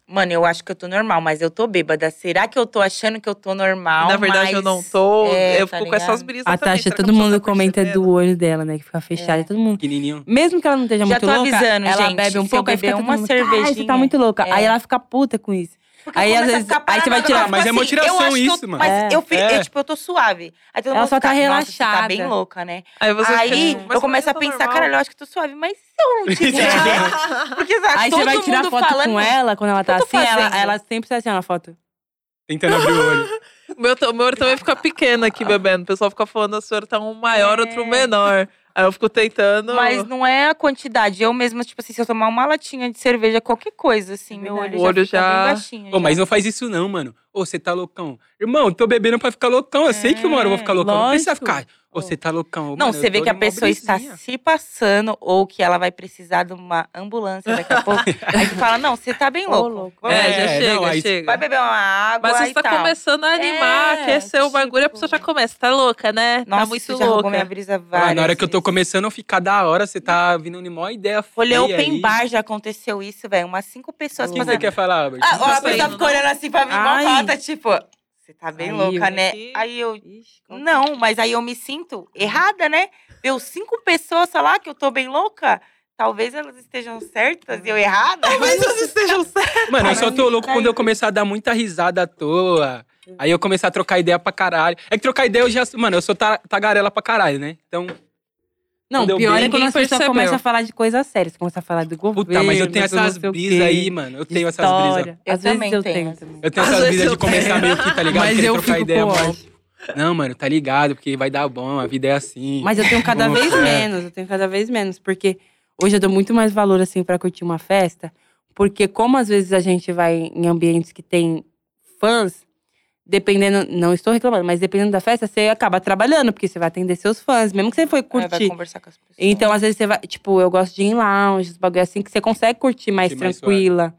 S4: mano, eu acho que eu tô normal, mas eu tô bêbada. Será que eu tô achando que eu tô normal,
S2: "Ah, Na verdade, eu
S4: "Ah, mas-
S2: não tô.
S4: É,
S2: eu
S4: tá
S2: fico com essas
S4: ligado?
S2: brisas
S3: A
S2: também,
S3: Tasha,
S2: será que a
S3: todo
S2: pessoa
S3: mundo
S2: tá
S3: comenta
S2: percebendo?
S3: do olho dela, né? Que fica fechada.
S4: É.
S3: e Todo mundo.
S1: Pequenininho.
S3: Mesmo que ela não esteja
S4: Já
S3: muito
S4: tô
S3: louca,
S4: avisando,
S3: ela
S4: gente,
S3: bebe um
S4: se eu
S3: pouco, aí fica
S4: beber
S3: todo
S4: uma
S3: mundo, "Caralho, você
S4: cervejinha".
S3: tá muito louca.
S4: É.
S3: Aí ela fica puta com isso.
S4: Porque
S3: Aí, às
S4: começa a
S3: vezes,
S4: ficar
S3: aí você vai
S4: paranoica,
S3: tirar-
S4: ela
S1: Mas
S4: fala
S1: é motivação
S4: eu acho que eu-
S1: isso, mano.
S4: Mas
S3: É.
S4: eu, fi-
S1: É.
S4: eu, tipo, eu tô suave. Aí todo
S3: Ela
S4: mundo
S3: só tá
S4: fica, "Nossa, você tá bem
S3: relaxada.
S4: louca, né?
S2: Aí, você fica,
S4: Aí
S2: tipo, mas
S4: eu começo a
S2: tô bem, eu tô
S4: pensar,
S2: normal.
S4: caralho, eu acho que tô suave, mas se eu não tiver. Porque sabe,
S3: Aí
S4: todo
S3: você vai tirar
S4: mundo
S3: foto
S4: falando,
S3: com ela, quando ela tá
S4: eu tô
S3: assim, ela,
S4: fazendo?
S3: ela sempre tá assim ó, na foto.
S1: Tentando abrir o olho.
S2: O meu, ta- o meu olho também fica pequeno aqui bebendo. O pessoal fica falando, a senhora tá um maior,
S4: É.
S2: outro menor. Aí eu fico tentando.
S4: Mas não é a quantidade. Eu mesma, tipo assim, se eu tomar uma latinha de cerveja, qualquer coisa, assim, meu olho
S3: É verdade.
S4: já
S2: O olho
S4: fica
S2: já-
S4: bem baixinho.
S1: Ô, mas
S4: já.
S1: não faz isso não, mano. Ô, você tá loucão. Irmão, tô bebendo pra ficar loucão. Eu sei que uma hora eu vou ficar loucão. Não precisa
S3: lógico.
S1: ficar. Ô, você tá loucão. Ô,
S4: Não,
S1: mano, eu
S4: você vê
S1: tô
S4: que a
S1: numa
S4: pessoa está
S1: brisinha.
S4: se passando ou que ela vai precisar de uma ambulância daqui a pouco. aí você fala, não, você tá bem
S3: Ô,
S4: louco.
S3: louco.
S2: É,
S1: É,
S2: já
S1: não,
S2: chega,
S1: aí-
S2: chega.
S4: Vai beber uma água
S2: Mas
S4: e
S2: você tá
S4: tal.
S2: começando a animar,
S4: É,
S2: quer ser o bagulho, a
S4: tipo-
S2: pessoa já começa. Tá louca, né?
S4: Nossa,
S2: tá muito
S4: isso já roubou
S2: louca.
S4: minha brisa
S1: Ah,
S4: várias
S1: na hora que eu tô
S4: vezes.
S1: começando a ficar da hora, você tá vindo de mó ideia
S4: Olhei
S1: feia
S4: open
S1: aí.
S4: bar, já aconteceu isso, velho. Umas cinco pessoas
S1: O que é você
S4: fazendo.
S1: quer falar, Albert?
S4: Ah, ó, a
S2: Tá
S4: pessoa
S2: saindo,
S4: ficou olhando assim pra mim, mó
S3: Ai.
S4: falta, tipo, você tá bem
S3: Aí,
S4: louca,
S3: olha
S4: né?
S2: aqui.
S4: Aí eu,
S3: Ixi, como-
S4: não, mas aí eu me sinto errada, né? Deu cinco pessoas falar que eu tô bem louca. Talvez elas estejam certas e eu errada.
S2: Talvez elas estejam certas.
S1: Mano, eu só tô
S4: Caralho,
S1: louco
S4: tá
S1: quando
S4: aí.
S1: eu começar a dar muita risada à toa. Aí eu começar a trocar ideia pra caralho. É que trocar ideia eu já. Mano, eu sou ta- tagarela pra caralho, né? Então.
S3: Não,
S1: Quando eu
S3: pior é
S1: bebo-
S3: quando as pessoas
S2: percebeu.
S3: começam a falar de coisas sérias. Começa a falar do governo.
S1: Puta, mas eu tenho
S3: do não
S1: essas
S3: sei o
S1: brisas
S3: quê,
S1: aí, mano. Eu
S3: de
S1: tenho essas brisas.
S3: história.
S4: Eu
S3: Às vezes
S4: também
S3: eu
S4: tenho
S3: tenho
S4: essas
S3: também.
S1: Eu tenho
S2: Às
S1: essas
S2: vezes
S1: brisas de
S2: eu tenho.
S1: começar meio que, tá ligado?
S3: Mas
S1: Querer
S3: eu
S1: trocar
S3: fico
S1: ideia,
S3: com
S1: mas-
S3: ódio.
S1: Não, mano, tá ligado, porque vai dar bom, a vida é assim.
S3: Mas eu tenho cada
S1: Nossa,
S3: vez
S1: é.
S3: menos, eu tenho cada vez menos, porque hoje eu dou muito mais valor assim pra curtir uma festa, porque como às vezes a gente vai em ambientes que tem fãs, dependendo, não estou reclamando, mas dependendo da festa, você acaba trabalhando, porque você vai atender seus fãs, mesmo que você foi
S4: É, vai
S3: curtir.
S4: conversar com as pessoas.
S3: Então, às vezes você vai, tipo, eu gosto de ir em lounge, os bagulho assim que você consegue curtir mais
S1: Sim, mais
S3: tranquila.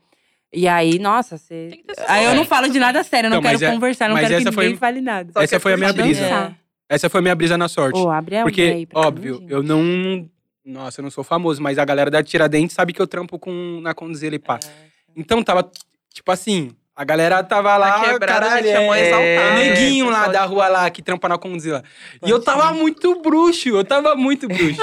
S3: e aí, suave. nossa, você
S2: Tem que ter seu
S3: Aí eu não
S2: momento
S3: falo de
S2: também.
S3: nada sério, eu não
S1: Então, mas
S3: quero
S1: é-
S3: conversar, não
S1: mas
S3: quero que
S1: essa
S3: ninguém
S1: foi-
S3: fale nada.
S1: Essa foi a minha
S2: curtir.
S1: brisa.
S3: Dançar.
S1: Essa foi a minha brisa na sorte.
S3: Ô, abre a unha aí
S1: Porque,
S3: É um pra
S1: óbvio,
S3: mim, gente.
S1: eu não. Nossa, eu não sou famoso, mas a galera da Tiradentes sabe que eu trampo com, na Conduzila e pá.
S3: Ah,
S1: Então tava, tipo assim, a galera tava lá.
S2: Na quebrada, a
S1: caralho,
S2: gente Tá chamou
S1: é,
S2: exaltado. né,
S1: o neguinho lá
S2: pessoal
S1: da
S2: de-
S1: rua lá que trampa na Conduzila. E eu tava muito bruxo, eu tava muito bruxo.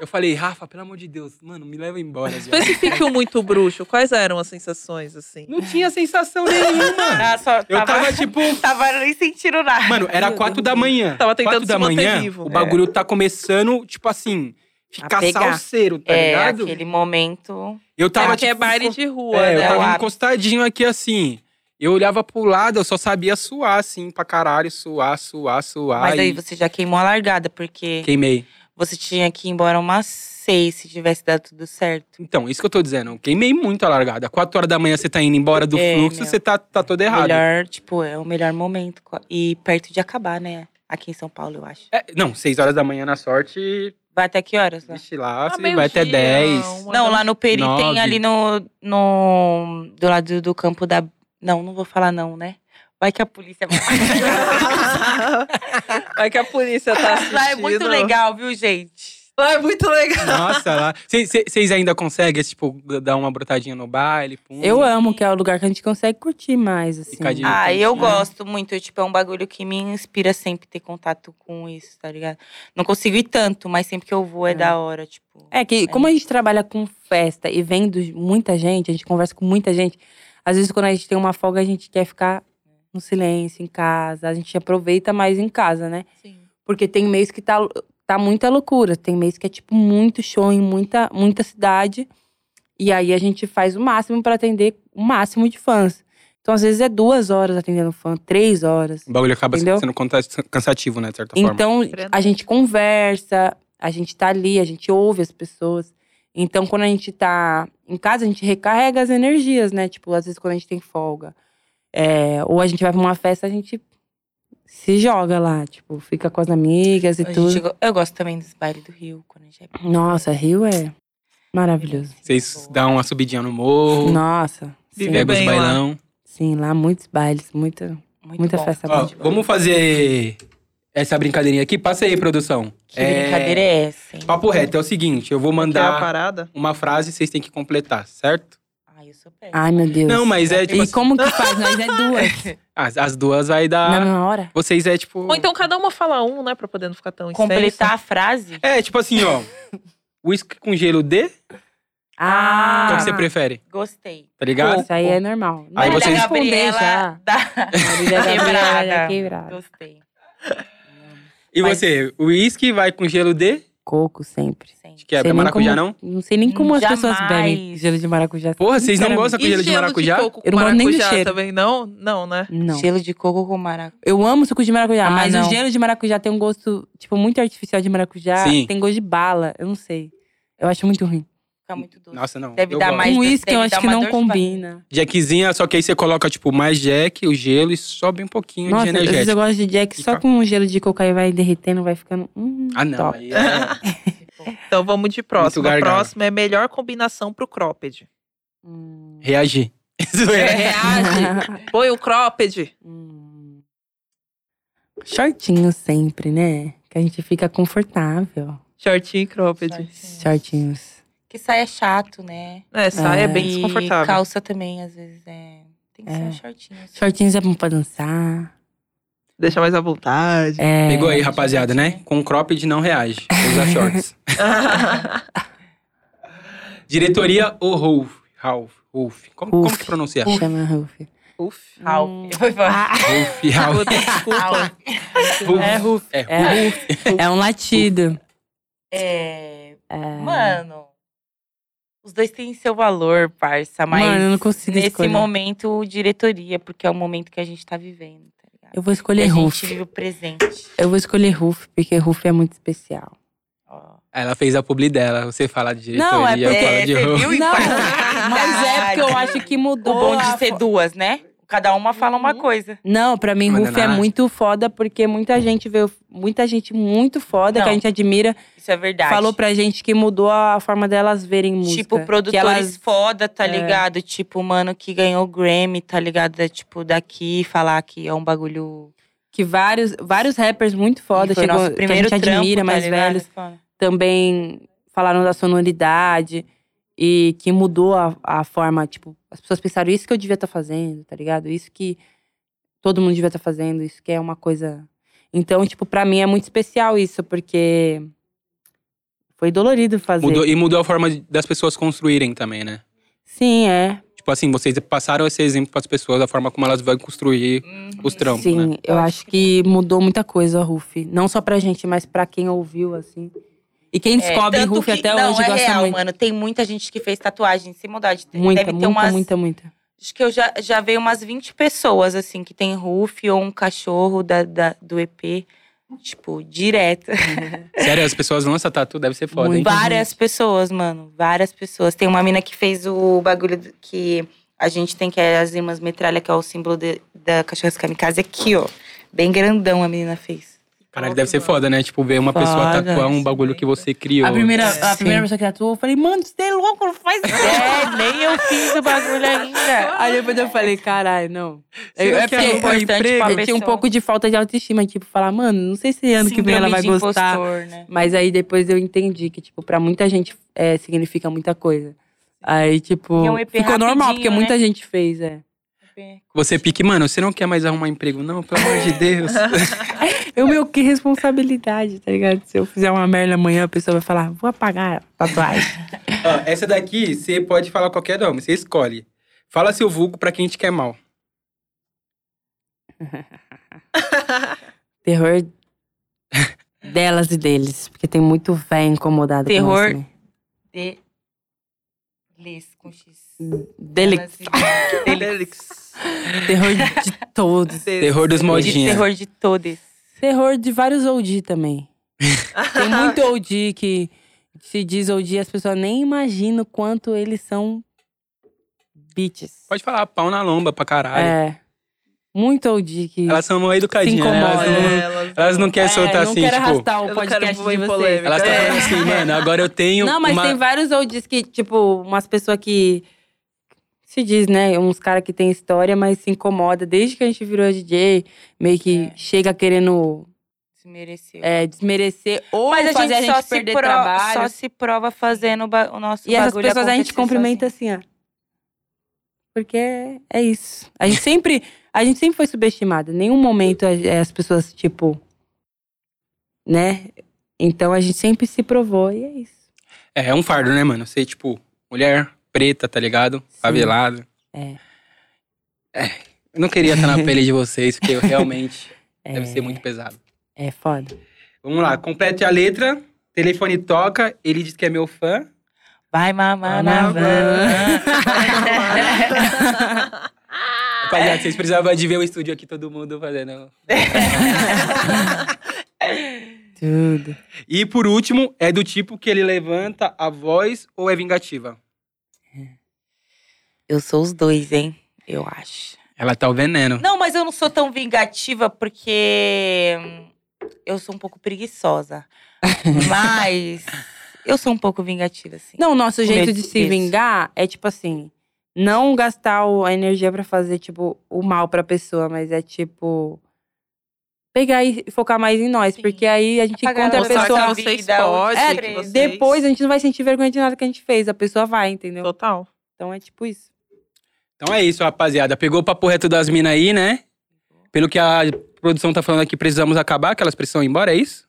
S1: eu falei, Rafa, pelo amor de Deus, mano, me leva embora. viado.
S2: Especifique o muito bruxo. Quais eram as sensações, assim?
S1: não tinha sensação nenhuma.
S4: Ah, só
S1: Eu
S4: tava,
S1: tava tipo.
S4: tava nem sentindo nada.
S1: Mano, era
S3: Meu
S1: quatro
S3: Deus.
S1: da manhã.
S2: Tava tentando
S1: quatro da
S2: se manter
S1: manhã,
S2: vivo.
S1: o bagulho tá começando, tipo assim, ficar
S3: pegar.
S1: salseiro, tá
S4: é,
S1: ligado?
S4: aquele momento.
S1: Eu tava,
S2: Tava que é
S1: tipo,
S2: baile de rua,
S1: É, eu
S2: né?
S1: tava
S4: Lá.
S1: encostadinho aqui assim. Eu olhava pro lado, eu só sabia suar, assim, pra caralho, suar, suar, suar.
S4: Mas aí
S1: e
S4: você já queimou a largada, porque
S1: Queimei.
S4: você tinha que ir embora umas seis se tivesse dado tudo certo.
S1: Então, isso que eu tô dizendo. eu Queimei muito a largada. Quatro horas da manhã você tá indo embora do
S4: É,
S1: fluxo,
S4: meu.
S1: você tá, tá todo errado.
S4: Melhor, tipo, é o melhor momento. co- E perto de acabar, né? Aqui em São Paulo, eu acho.
S1: É, não, seis horas da manhã na sorte,
S4: Vai até que horas lá?
S1: vixe, lá,
S2: Ah,
S1: você vai
S2: meio-dia,
S1: até dez.
S2: uma
S4: Não,
S2: da-
S4: lá no Peri
S1: Nove.
S4: tem ali no, no. Do lado do campo da. Não, não vou falar não, né? Vai que a polícia.
S2: Vai que a polícia tá assistindo.
S4: lá é muito legal, viu, gente?
S2: Lá é muito legal.
S1: Nossa, lá. Vocês ainda conseguem, tipo, dar uma brotadinha no baile? pum,
S3: Eu amo, que é o lugar que a gente consegue curtir mais, assim.
S1: Uhum. Ficar de-
S4: Ah, eu
S1: né?
S4: gosto muito. Tipo, é um bagulho que me inspira sempre ter contato com isso, tá ligado? Não consigo ir tanto, mas sempre que eu vou é,
S3: É.
S4: da hora, tipo.
S3: É que como a gente trabalha com festa e vendo muita gente, a gente conversa com muita gente, às vezes quando a gente tem uma folga, a gente quer ficar no silêncio, em casa. A gente aproveita mais em casa, né? Porque tem mês que tá, tá muita loucura. Tem mês que é, tipo, muito show em muita, muita cidade. E aí a gente faz o máximo pra atender o máximo de fãs. Então, às vezes, é duas horas atendendo fã, três horas.
S1: O bagulho acaba
S3: Entendeu?
S1: sendo conta- cansativo, né, de certa forma.
S3: Então, a
S2: Aprendendo.
S3: gente conversa, a gente tá ali, a gente ouve as pessoas. Então, quando a gente tá em casa, a gente recarrega as energias, né? Tipo, às vezes quando a gente tem folga. É, ou a gente vai pra uma festa, a gente se joga lá, tipo, fica com as amigas e
S4: A
S3: tudo.
S4: gente go- eu gosto também dos bailes do Rio, quando a gente é assim,
S3: Nossa, Rio é maravilhoso.
S1: Vocês
S4: tipo,
S1: dão uma subidinha no morro,
S3: Nossa, sim,
S2: Viver
S1: pegam os
S2: bem lá.
S1: bailão.
S3: sim, lá muitos bailes, muita,
S4: Muito
S3: muita
S4: bom.
S3: festa.
S1: Ó,
S3: boa.
S1: vamos fazer essa brincadeirinha aqui. Passa aí, produção.
S4: Que brincadeira é essa, hein?
S1: Papo reto, é o seguinte, eu vou
S2: Quer a
S1: mandar
S2: parada?
S1: uma frase e vocês têm que completar, certo?
S4: Ai, eu sou péssima.
S3: Ai, meu Deus.
S1: Não, mas é tipo
S3: E
S1: assim,
S3: como que faz? Nós é duas.
S1: as, as duas vai
S3: Na
S1: dar...
S3: mesma hora?
S1: Vocês é tipo...
S2: Ou então cada uma fala um, né? Pra poder não ficar tão extenso.
S4: Completar a frase?
S1: É, tipo assim, ó. Whisky com gelo D,
S3: Ah!
S1: qual que Então você prefere?
S4: Gostei.
S1: Tá ligado?
S3: Isso aí é normal. Não
S1: Aí
S3: precisa
S1: vocês-
S4: Da
S3: responder
S4: Gabriela
S3: já.
S4: da
S3: Marília é Gabriela é
S4: Quebrada.
S3: quebrada.
S4: Gostei.
S1: E
S4: Mas-
S1: você, whisky vai com gelo D?
S3: Coco sempre.
S1: De
S4: Gente,
S1: quebra,
S3: Sei nem
S1: maracujá
S3: como-
S1: não?
S3: Não sei nem como as
S4: Jamais.
S3: pessoas bebem gelo de maracujá.
S1: Porra, vocês não
S3: Sinceramente.
S1: gostam com gelo de maracujá?
S2: coco com
S3: Eu não gosto nem do
S2: maracujá
S3: cheiro.
S2: também, não? Não, né?
S3: Não.
S4: Gelo de coco com maracujá.
S3: Eu amo suco de maracujá,
S4: Ah,
S3: mas o
S4: não.
S3: gelo de maracujá tem um gosto, tipo, muito artificial de maracujá.
S1: Sim.
S3: Tem gosto de bala. Eu não sei. Eu acho muito ruim.
S4: Fica muito doce.
S1: Nossa, não.
S4: Deve
S1: eu
S4: dar
S1: gosto.
S4: mais
S3: um
S4: doce,
S3: uísque eu
S4: deve
S3: acho
S4: dar
S3: que
S4: uma
S3: não
S4: dor de
S3: combina.
S1: Jackzinha, só que aí você coloca, tipo, mais jack, o gelo e sobe um pouquinho
S3: Nossa,
S1: de
S3: às vezes eu
S1: energético.
S3: gosto de Jack
S1: Fica.
S3: só com um gelo de coca aí vai derretendo, vai ficando. Hum,
S1: Ah, não.
S3: top.
S1: Aí é...
S2: Então vamos de próximo. A
S1: gargalo.
S2: próxima é melhor combinação pro cropped.
S1: é.
S3: Hum.
S1: Reagir. é. Zoeira.
S2: Reage! É, Põe o cropped.
S3: Hum. Shortinho sempre, né? Que a gente fica confortável.
S2: Shortinho e cropped.
S3: Shortinhos.
S4: Que saia é chato, né?
S2: É, saia é bem
S4: E
S2: desconfortável.
S4: calça também, às vezes, é. Tem que ser
S3: É.
S4: um shortinho. assim.
S3: Shortinhos é bom pra dançar.
S2: Deixa mais à vontade.
S3: É,
S1: Pegou aí, rapaziada, né? Com cropped não reage. Usa shorts.
S2: É.
S1: Diretoria ou Rolf? Ralph. Rolf. Como, como
S3: Rolf.
S1: que pronuncia? Rolf.
S3: Chama Rufi.
S2: Uf.
S4: Ralph. Eu vou
S2: Ah.
S4: falar.
S1: Ralph.
S2: Puta, Desculpa.
S1: Rolf.
S2: É Rolf.
S1: É,
S3: É, é um latido.
S4: É.
S3: É.
S4: Mano. Os dois têm seu valor, parça, mas
S3: Mano, eu não consigo
S4: nesse
S3: escolher.
S4: momento, diretoria, porque é o momento que a gente tá vivendo, tá ligado?
S3: Eu vou
S4: E
S3: escolher
S4: a gente
S3: Ruf.
S4: vive o presente.
S3: Eu vou escolher Ruf, porque Ruf é muito especial.
S4: Ó.
S1: Ela fez a publi dela, você fala de diretoria,
S3: Não, é porque-
S1: fala
S4: É,
S1: de
S4: você
S1: Ruf.
S4: viu?
S3: Não, mas é porque eu acho que
S4: O
S3: mudou.
S4: bom
S3: a
S4: de ser
S3: fo-
S4: duas, né? Cada uma fala uma coisa.
S3: Não, pra mim,
S1: Mas
S3: Ruf é
S1: Nath-
S3: muito foda, porque muita gente veio. Muita gente muito foda, que
S4: Não.
S3: a gente admira,
S4: Isso é verdade.
S3: falou pra gente que mudou a forma delas verem música.
S4: Tipo,
S3: que
S4: produtores
S3: elas É.
S4: foda, tá ligado? Tipo, o mano que ganhou o Grammy, tá ligado? É, tipo, daqui falar que é um bagulho.
S3: Que vários, vários rappers muito
S4: E
S3: foda,
S4: foi
S3: chegou,
S4: nosso
S3: que a gente
S4: primeiro trampo,
S3: admira,
S4: tá
S3: mais
S4: ligado?
S3: velhos,
S4: Foda.
S3: também falaram da sonoridade e que mudou a, a forma, tipo, as pessoas pensaram, isso que eu devia estar fazendo, tá ligado? Isso que todo mundo devia estar fazendo, isso que é uma coisa. Então, tipo, pra mim é muito especial isso, porque foi dolorido fazer.
S1: Mudou, e mudou a forma de- das pessoas construírem também, né?
S3: Sim, é.
S1: Tipo assim, vocês passaram esse exemplo para as pessoas, a forma como elas vão construir
S4: Uhum.
S3: Uhum.
S1: os trampos,
S3: Sim,
S1: né?
S3: eu acho que mudou muita coisa, Ruf. Não só pra gente, mas pra quem ouviu, assim. E quem descobre
S4: É, Tanto
S3: Ruf
S4: que-
S3: até
S4: não,
S3: hoje
S4: é
S3: gosta
S4: real,
S3: muito.
S4: mano. Tem muita gente que fez tatuagem, sem maldade. Tem-
S3: Muita,
S4: Deve ter
S3: muita,
S4: umas.
S3: muita, muita.
S4: Acho que eu já, já veio umas 20 pessoas, assim, que tem Ruff ou um cachorro da, da- do EP. Tipo, direto.
S1: Sério, as pessoas lançam tatu, deve ser foda, hein?
S3: Muito.
S4: Várias pessoas, mano. Várias pessoas. Tem uma mina que fez o bagulho do- que a gente tem, que é as irmãs metralha, que é o símbolo de- da cachorra kamikaze aqui, ó. Bem grandão a menina fez.
S1: Caralho, deve ser foda, né? Tipo, ver uma pessoa
S3: Foda.
S1: tatuar um bagulho que você criou.
S3: a primeira pessoa que tatuou, eu falei, mano, você é louco, não faz isso.
S4: É, nem eu fiz o bagulho ainda.
S3: Aí depois eu falei, caralho, não.
S1: Será
S3: Eu- é
S1: que
S3: porque
S1: arrumar
S3: eu-
S1: emprego?
S4: pra
S3: Eu tinha um pouco de falta de autoestima, tipo, falar, mano, não sei se ano que vem ela vai
S4: Síndrome de
S3: gostar.
S4: impostor, né?
S3: Mas aí depois eu entendi que, tipo, pra muita gente é, significa muita coisa. Aí, tipo,
S4: E é um EP
S3: ficou normal,
S4: rapidinho,
S3: porque
S4: né?
S3: muita gente fez, é.
S1: Você pique, mano, você não quer mais arrumar emprego, não? Pelo amor de Deus.
S3: Eu, meu, que responsabilidade, tá ligado? Se eu fizer uma merda amanhã, a pessoa vai falar, vou apagar a tatuagem.
S1: Ó, essa daqui, você pode falar qualquer nome, você escolhe. Fala seu vulgo pra quem te quer mal.
S3: Terror delas e deles. Porque tem muito véi incomodado
S4: Terror.
S3: com isso.
S4: De... Liz, com X.
S3: Terror dele.
S1: Delix.
S3: Terror de todos.
S1: Terror dos
S4: De
S1: modinhas.
S4: terror de todos.
S3: Terror de vários OG também. Tem muito OG que se diz OG, as pessoas nem imaginam o quanto eles são bitches.
S1: Pode falar, pau na lomba pra caralho.
S3: É. Muito OG que.
S1: Elas são mal educadinhas,
S3: Se
S1: né? Elas
S3: incomoda,
S1: não, elas não querem
S3: É,
S1: soltar
S3: não
S1: assim,
S3: quero
S1: tipo.
S3: arrastar o
S2: não
S3: podcast
S2: quero
S3: de
S2: pôr em
S3: vocês. É.
S2: polêmica.
S1: Elas estão falando assim, mano, agora eu tenho.
S3: Não, mas
S1: uma...
S3: tem vários oldies que, tipo, umas pessoas que. Se diz, né? Uns caras que tem história, mas se incomoda. Desde que a gente virou DJ, meio que
S4: É.
S3: chega querendo
S4: Desmereceu.
S3: é, desmerecer ou
S4: Mas a
S3: fazer
S4: gente,
S3: a
S4: só,
S3: gente
S4: se
S3: perder
S4: pro-
S3: trabalho.
S4: só se prova fazendo o ba- o nosso
S3: E essas
S4: bagulho
S3: pessoas a gente
S4: acontecer
S3: cumprimenta assim, ó. Porque é- é isso. A gente sempre, a gente sempre foi subestimada. Em nenhum momento a- as pessoas, tipo. Né? Então a gente sempre se provou e é isso.
S1: É, é um fardo, né, mano? Ser, tipo, mulher preta, tá ligado?
S3: Sim.
S1: Favelada.
S3: É.
S1: É. Eu não queria estar na pele de vocês, porque eu realmente deve ser
S3: É-
S1: muito pesado.
S3: É foda.
S1: Vamos lá, complete a letra. Telefone toca, ele diz que é meu fã.
S4: sozinho. Vai mamar na
S3: Vai mamar.
S4: van.
S1: Rapaziada, vocês precisavam de ver o estúdio aqui, todo mundo fazendo.
S3: Tudo.
S1: E por último, é do tipo que ele levanta a voz ou é vingativa?
S4: eu sou os dois, hein? Eu acho.
S1: Ela tá o veneno.
S4: Não, mas eu não sou tão vingativa porque hum, eu sou um pouco preguiçosa. mas eu sou um pouco vingativa, assim.
S3: Não, o nosso
S4: O
S3: jeito
S4: medo
S3: de se
S4: desse.
S3: vingar é tipo assim, não gastar o- a energia pra fazer tipo o mal pra pessoa, mas é tipo pegar e focar mais em nós,
S4: Sim.
S3: porque aí a gente
S4: Apagar
S3: encontra a
S4: nossa
S2: Mostrar que
S3: pessoa,
S2: vocês
S4: vida,
S2: podem,
S4: é,
S2: que vocês-
S3: depois a gente não vai sentir vergonha de nada que a gente fez, a pessoa vai, entendeu?
S2: Total.
S3: Então é tipo isso.
S1: Então é isso, rapaziada. Pegou o papo reto das minas aí, né? Pelo que a produção tá falando aqui, precisamos acabar, que elas precisam ir embora, é isso?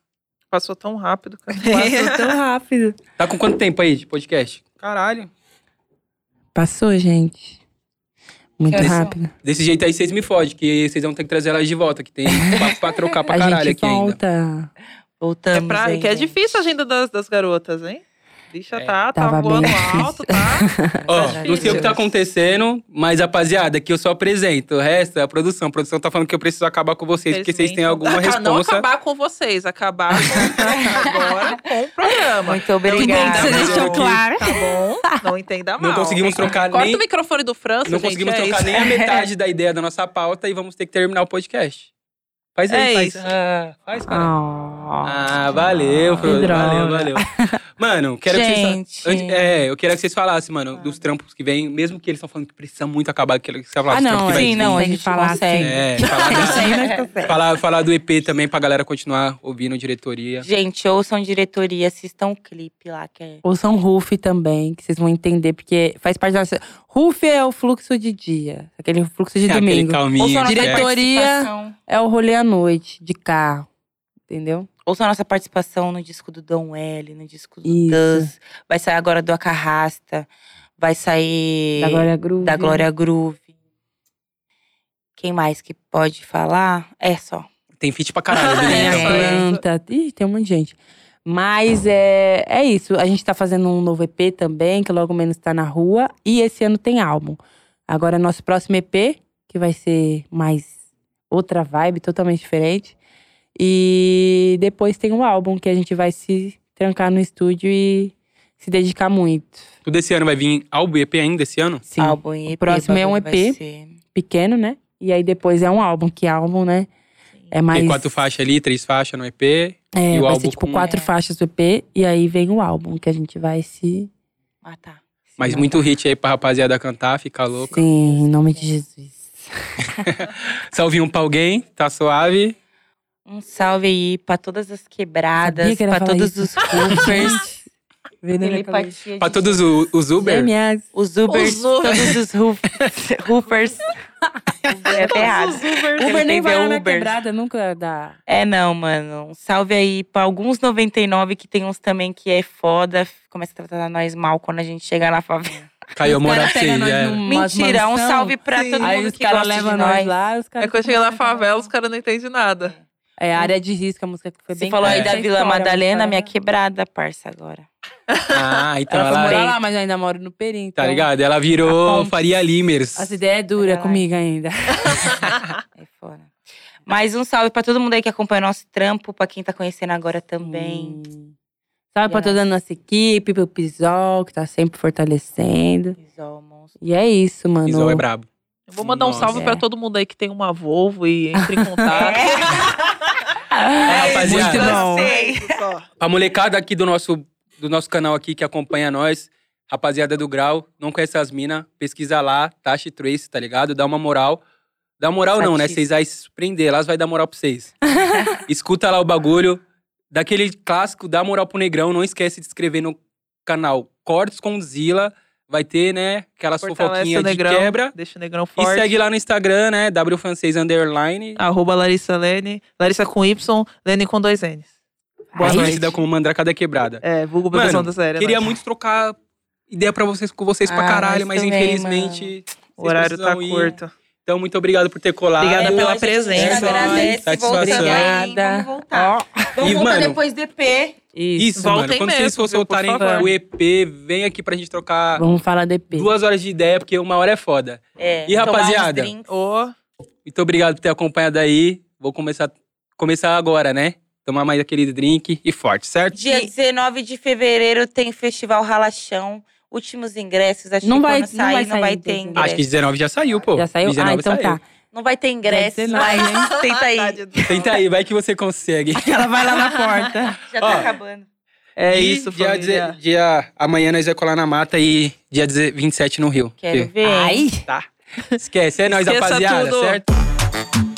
S2: Passou tão rápido. cara.
S3: Passou tão rápido.
S1: Tá com quanto tempo aí de podcast? Caralho.
S3: Passou, gente. Muito
S4: Que horas são?
S3: rápido.
S1: Desse jeito aí vocês me fodem, que vocês vão ter que trazer elas de volta, que tem papo pra trocar pra
S3: a
S1: caralho
S3: gente
S1: aqui ainda.
S3: volta.
S4: Voltamos.
S2: É pra-
S4: hein,
S2: que é
S4: gente.
S2: difícil a agenda das, das garotas, hein? bicha
S1: É.
S2: tá, tá
S3: Tava
S2: voando
S3: bem
S2: alto, tá?
S1: Ó,
S2: Tá
S1: não sei o que tá acontecendo, mas rapaziada, aqui eu só apresento. O resto é a produção. A produção tá falando que eu preciso acabar com vocês, porque vocês têm alguma
S2: Aca- Não
S1: responsa.
S2: acabar com vocês, acabar com- né, agora com o programa.
S4: Muito
S2: Não entenda
S4: obrigada.
S3: Você
S2: mal,
S3: deixou claro.
S2: Tá bom? Não entenda mal. né?
S1: Não conseguimos trocar
S2: Corta
S1: nem.
S2: o microfone do França,
S1: Não
S2: gente,
S1: conseguimos
S2: é
S1: trocar
S2: isso.
S1: nem a metade da ideia da nossa pauta e vamos ter que terminar o podcast. Faz aí,
S2: É
S1: faz.
S2: isso.
S1: Ah, faz, cara.
S3: Ah,
S1: Ah, valeu, Fro.
S3: droga.
S1: Valeu, valeu. Mano, quero que vocês.
S4: Gente.
S1: Antes- é, eu queria que vocês falassem, mano, dos trampos que vem, mesmo que eles estão falando que precisa muito acabar, quero que vocês
S3: Ah,
S1: falassem dos
S3: não.
S1: trampos que
S4: Sim,
S1: vai vir.
S4: não, a
S3: tem que
S4: gente
S3: falar
S4: consegue.
S3: sim.
S1: É, falar da-
S3: Isso aí nós conseguimos.
S1: Falar, falar do EP também pra galera continuar ouvindo diretoria.
S4: Gente, ouçam diretoria, assistam o clipe lá, que é.
S3: Ouçam Ruf também, que vocês vão entender, porque faz parte da nossa. Ruf é o fluxo de dia, aquele fluxo de
S1: É, aquele
S3: domingo.
S1: calminho.
S4: Ouçam a nossa
S1: que é-
S3: Diretor- Diretoria.
S4: participação-
S3: É o rolê à noite, de carro. Entendeu?
S4: Ouçam a nossa participação no disco do Dom L, no disco do
S3: Isso.
S4: Duz. Vai sair agora do Acarrasta. Vai sair
S3: Da Glória Groove.
S4: da Glória Groove. Quem mais que pode falar? É só.
S1: Tem fit pra caralho, né?
S2: É,
S1: então.
S2: só isso.
S3: Planta. Ih, tem um monte de gente. Mas é, é isso. A gente tá fazendo um novo EP também, que logo menos tá na rua. E esse ano tem álbum. Agora, nosso próximo EP, que vai ser mais outra vibe, totalmente diferente. E depois tem um álbum que a gente vai se trancar no estúdio e se dedicar muito.
S1: Tudo esse ano vai vir álbum e EP ainda esse ano?
S3: Sim,
S4: Álbum e EP,
S3: próximo é um
S4: bagulho vai
S3: EP.
S4: ser-
S3: pequeno, né? E aí depois é um álbum, que álbum, né? É mais.
S1: Tem quatro faixas ali, três faixas no EP.
S3: É,
S1: E o
S3: vai
S1: álbum
S3: ser tipo
S1: com-
S3: quatro
S4: É.
S3: faixas do EP e aí vem o álbum que a gente vai se.
S4: Ah, tá.
S1: Mas muito hit aí pra rapaziada cantar, ficar louco.
S3: Sim, em nome de Jesus.
S1: Salve um pra alguém, tá suave.
S4: Um salve aí pra todas as quebradas,
S3: Sabia que ele ia
S4: pra
S3: falar
S4: todos
S3: isso.
S4: os Ubers,
S3: Vem
S4: telepatia
S1: Pra
S4: de-
S1: todos o- os Uber.
S2: Os
S4: os Ubers,
S2: Uber.
S4: todos os Ruf- Rufers. é até errado.
S2: Uber.
S3: Uber nem
S4: Ele
S3: vai
S4: tem
S3: lá na
S4: Ubers.
S3: quebrada, nunca dá.
S4: É não, mano. Um salve aí pra alguns 99 que tem uns também que é foda, f- começa a tratar nós mal quando a gente chega na favela.
S1: Caiu a moral
S3: Os
S1: pra
S3: cara pega
S1: vocês,
S3: nós
S1: já era.
S3: num- umas
S4: Mentira, um
S3: mansão.
S4: salve pra todo mundo
S3: Aí os
S4: que gosta
S3: caras
S4: de
S3: levam
S4: nós.
S3: nós lá, os caras.
S2: É quando chega na favela, os caras não entendem nada.
S3: É área de risco, a música que foi
S4: Você
S3: bem
S4: falou aí
S3: cara.
S4: da
S3: Essa
S4: Vila
S3: história, é
S4: Madalena,
S3: mas-
S4: minha quebrada, parça, agora.
S1: Ah, então
S3: Ela foi
S1: ela.
S3: morar lá, mas eu ainda moro no Perim.
S1: Tá
S3: então
S1: ligado? Ela
S3: A
S1: virou
S3: ponte.
S1: Faria Limers.
S3: As ideias é dura
S4: Ela lá.
S3: comigo ainda.
S4: É foda. Mas um salve pra todo mundo aí que acompanha o nosso trampo, pra quem tá conhecendo agora também.
S3: Sim. Salve pra
S4: Yes.
S3: toda a nossa equipe, pro Pisol, que tá sempre fortalecendo.
S4: Isol, monstro.
S3: E é isso, mano.
S1: Isol é brabo.
S2: Eu vou mandar um
S1: Nossa.
S2: salve pra todo mundo aí que tem uma Volvo e entre em contato.
S1: É, rapaziada.
S3: Muito bom.
S1: A molecada aqui do nosso, do nosso canal aqui que acompanha nós, rapaziada do Grau, não conhece as minas, pesquisa lá, Tashi Trace, tá ligado? Dá uma moral. Dá moral não, né?
S4: Satisfa.
S1: Vocês vai se prender, elas vai dar moral pra vocês. Escuta lá o bagulho. Daquele clássico, dá moral pro negrão. Não esquece de inscrever no canal Cortes com Zila. Vai ter, né, aquelas
S2: Fortalece
S1: fofoquinhas
S2: o
S1: de
S2: Negrão.
S1: quebra.
S2: Deixa o Negrão
S1: E
S2: forte.
S1: segue lá no Instagram, né, wfrancês underline.
S2: Arroba Larissa Lene. Larissa com Y, Lene com dois N's.
S1: Boa
S3: Aí,
S1: noite, dá como mandracada quebrada.
S2: É, vulgo
S1: Mano,
S2: Bebeção da série.
S1: Queria
S2: né?
S1: muito trocar ideia pra vocês, com vocês pra
S4: Ah,
S1: caralho, mas
S4: mas também,
S1: infelizmente. vocês
S2: O horário tá
S1: precisam ir.
S2: curto.
S1: Então, muito obrigado por ter colado.
S2: Obrigada pela
S4: gente,
S2: presença.
S4: A gente agradece.
S1: Satisfação.
S4: Voltando aí,
S3: Obrigada.
S4: vamos voltar. Vamos
S1: E,
S4: voltar
S1: mano,
S4: depois do EP.
S1: Isso, mano.
S2: Voltem
S1: Quando vocês
S2: mesmo,
S1: for
S2: viu, por
S1: soltarem
S2: favor.
S1: o EP, vem aqui pra gente trocar
S3: Vamos falar do EP.
S1: duas horas de ideia, porque uma hora é foda.
S4: É,
S1: E,
S4: tomar uns
S1: rapaziada?
S4: drinks.
S2: Ô,
S1: Muito obrigado por ter acompanhado aí. Vou começar, começar agora, né? Tomar mais aquele drink e forte, certo?
S4: Dia 19 de fevereiro tem Festival Ralachão. Últimos ingressos, acho
S3: Não
S4: que
S3: vai-
S4: quando
S3: não vai
S4: sair, não vai
S3: sair,
S4: ter
S3: Deus.
S4: ingresso.
S1: Acho que 19 já saiu, pô.
S3: Já saiu?
S1: 19
S3: ah, então
S1: saiu.
S3: tá.
S4: Não vai ter ingresso,
S3: Dia 19,
S4: mas
S2: Ah,
S4: tenta aí.
S1: Tenta aí, vai que você consegue.
S3: Ela vai lá na porta.
S4: Já
S1: Ó.
S4: tá acabando.
S2: É
S1: E
S2: isso,
S1: dia,
S2: família.
S1: deze- dia Amanhã nós vai colar na mata e dia deze- 27 no Rio.
S4: Quero ver.
S3: Ai!
S1: Tá. Esquece, é nóis,
S2: Esqueça
S1: rapaziada,
S2: tudo.
S1: certo?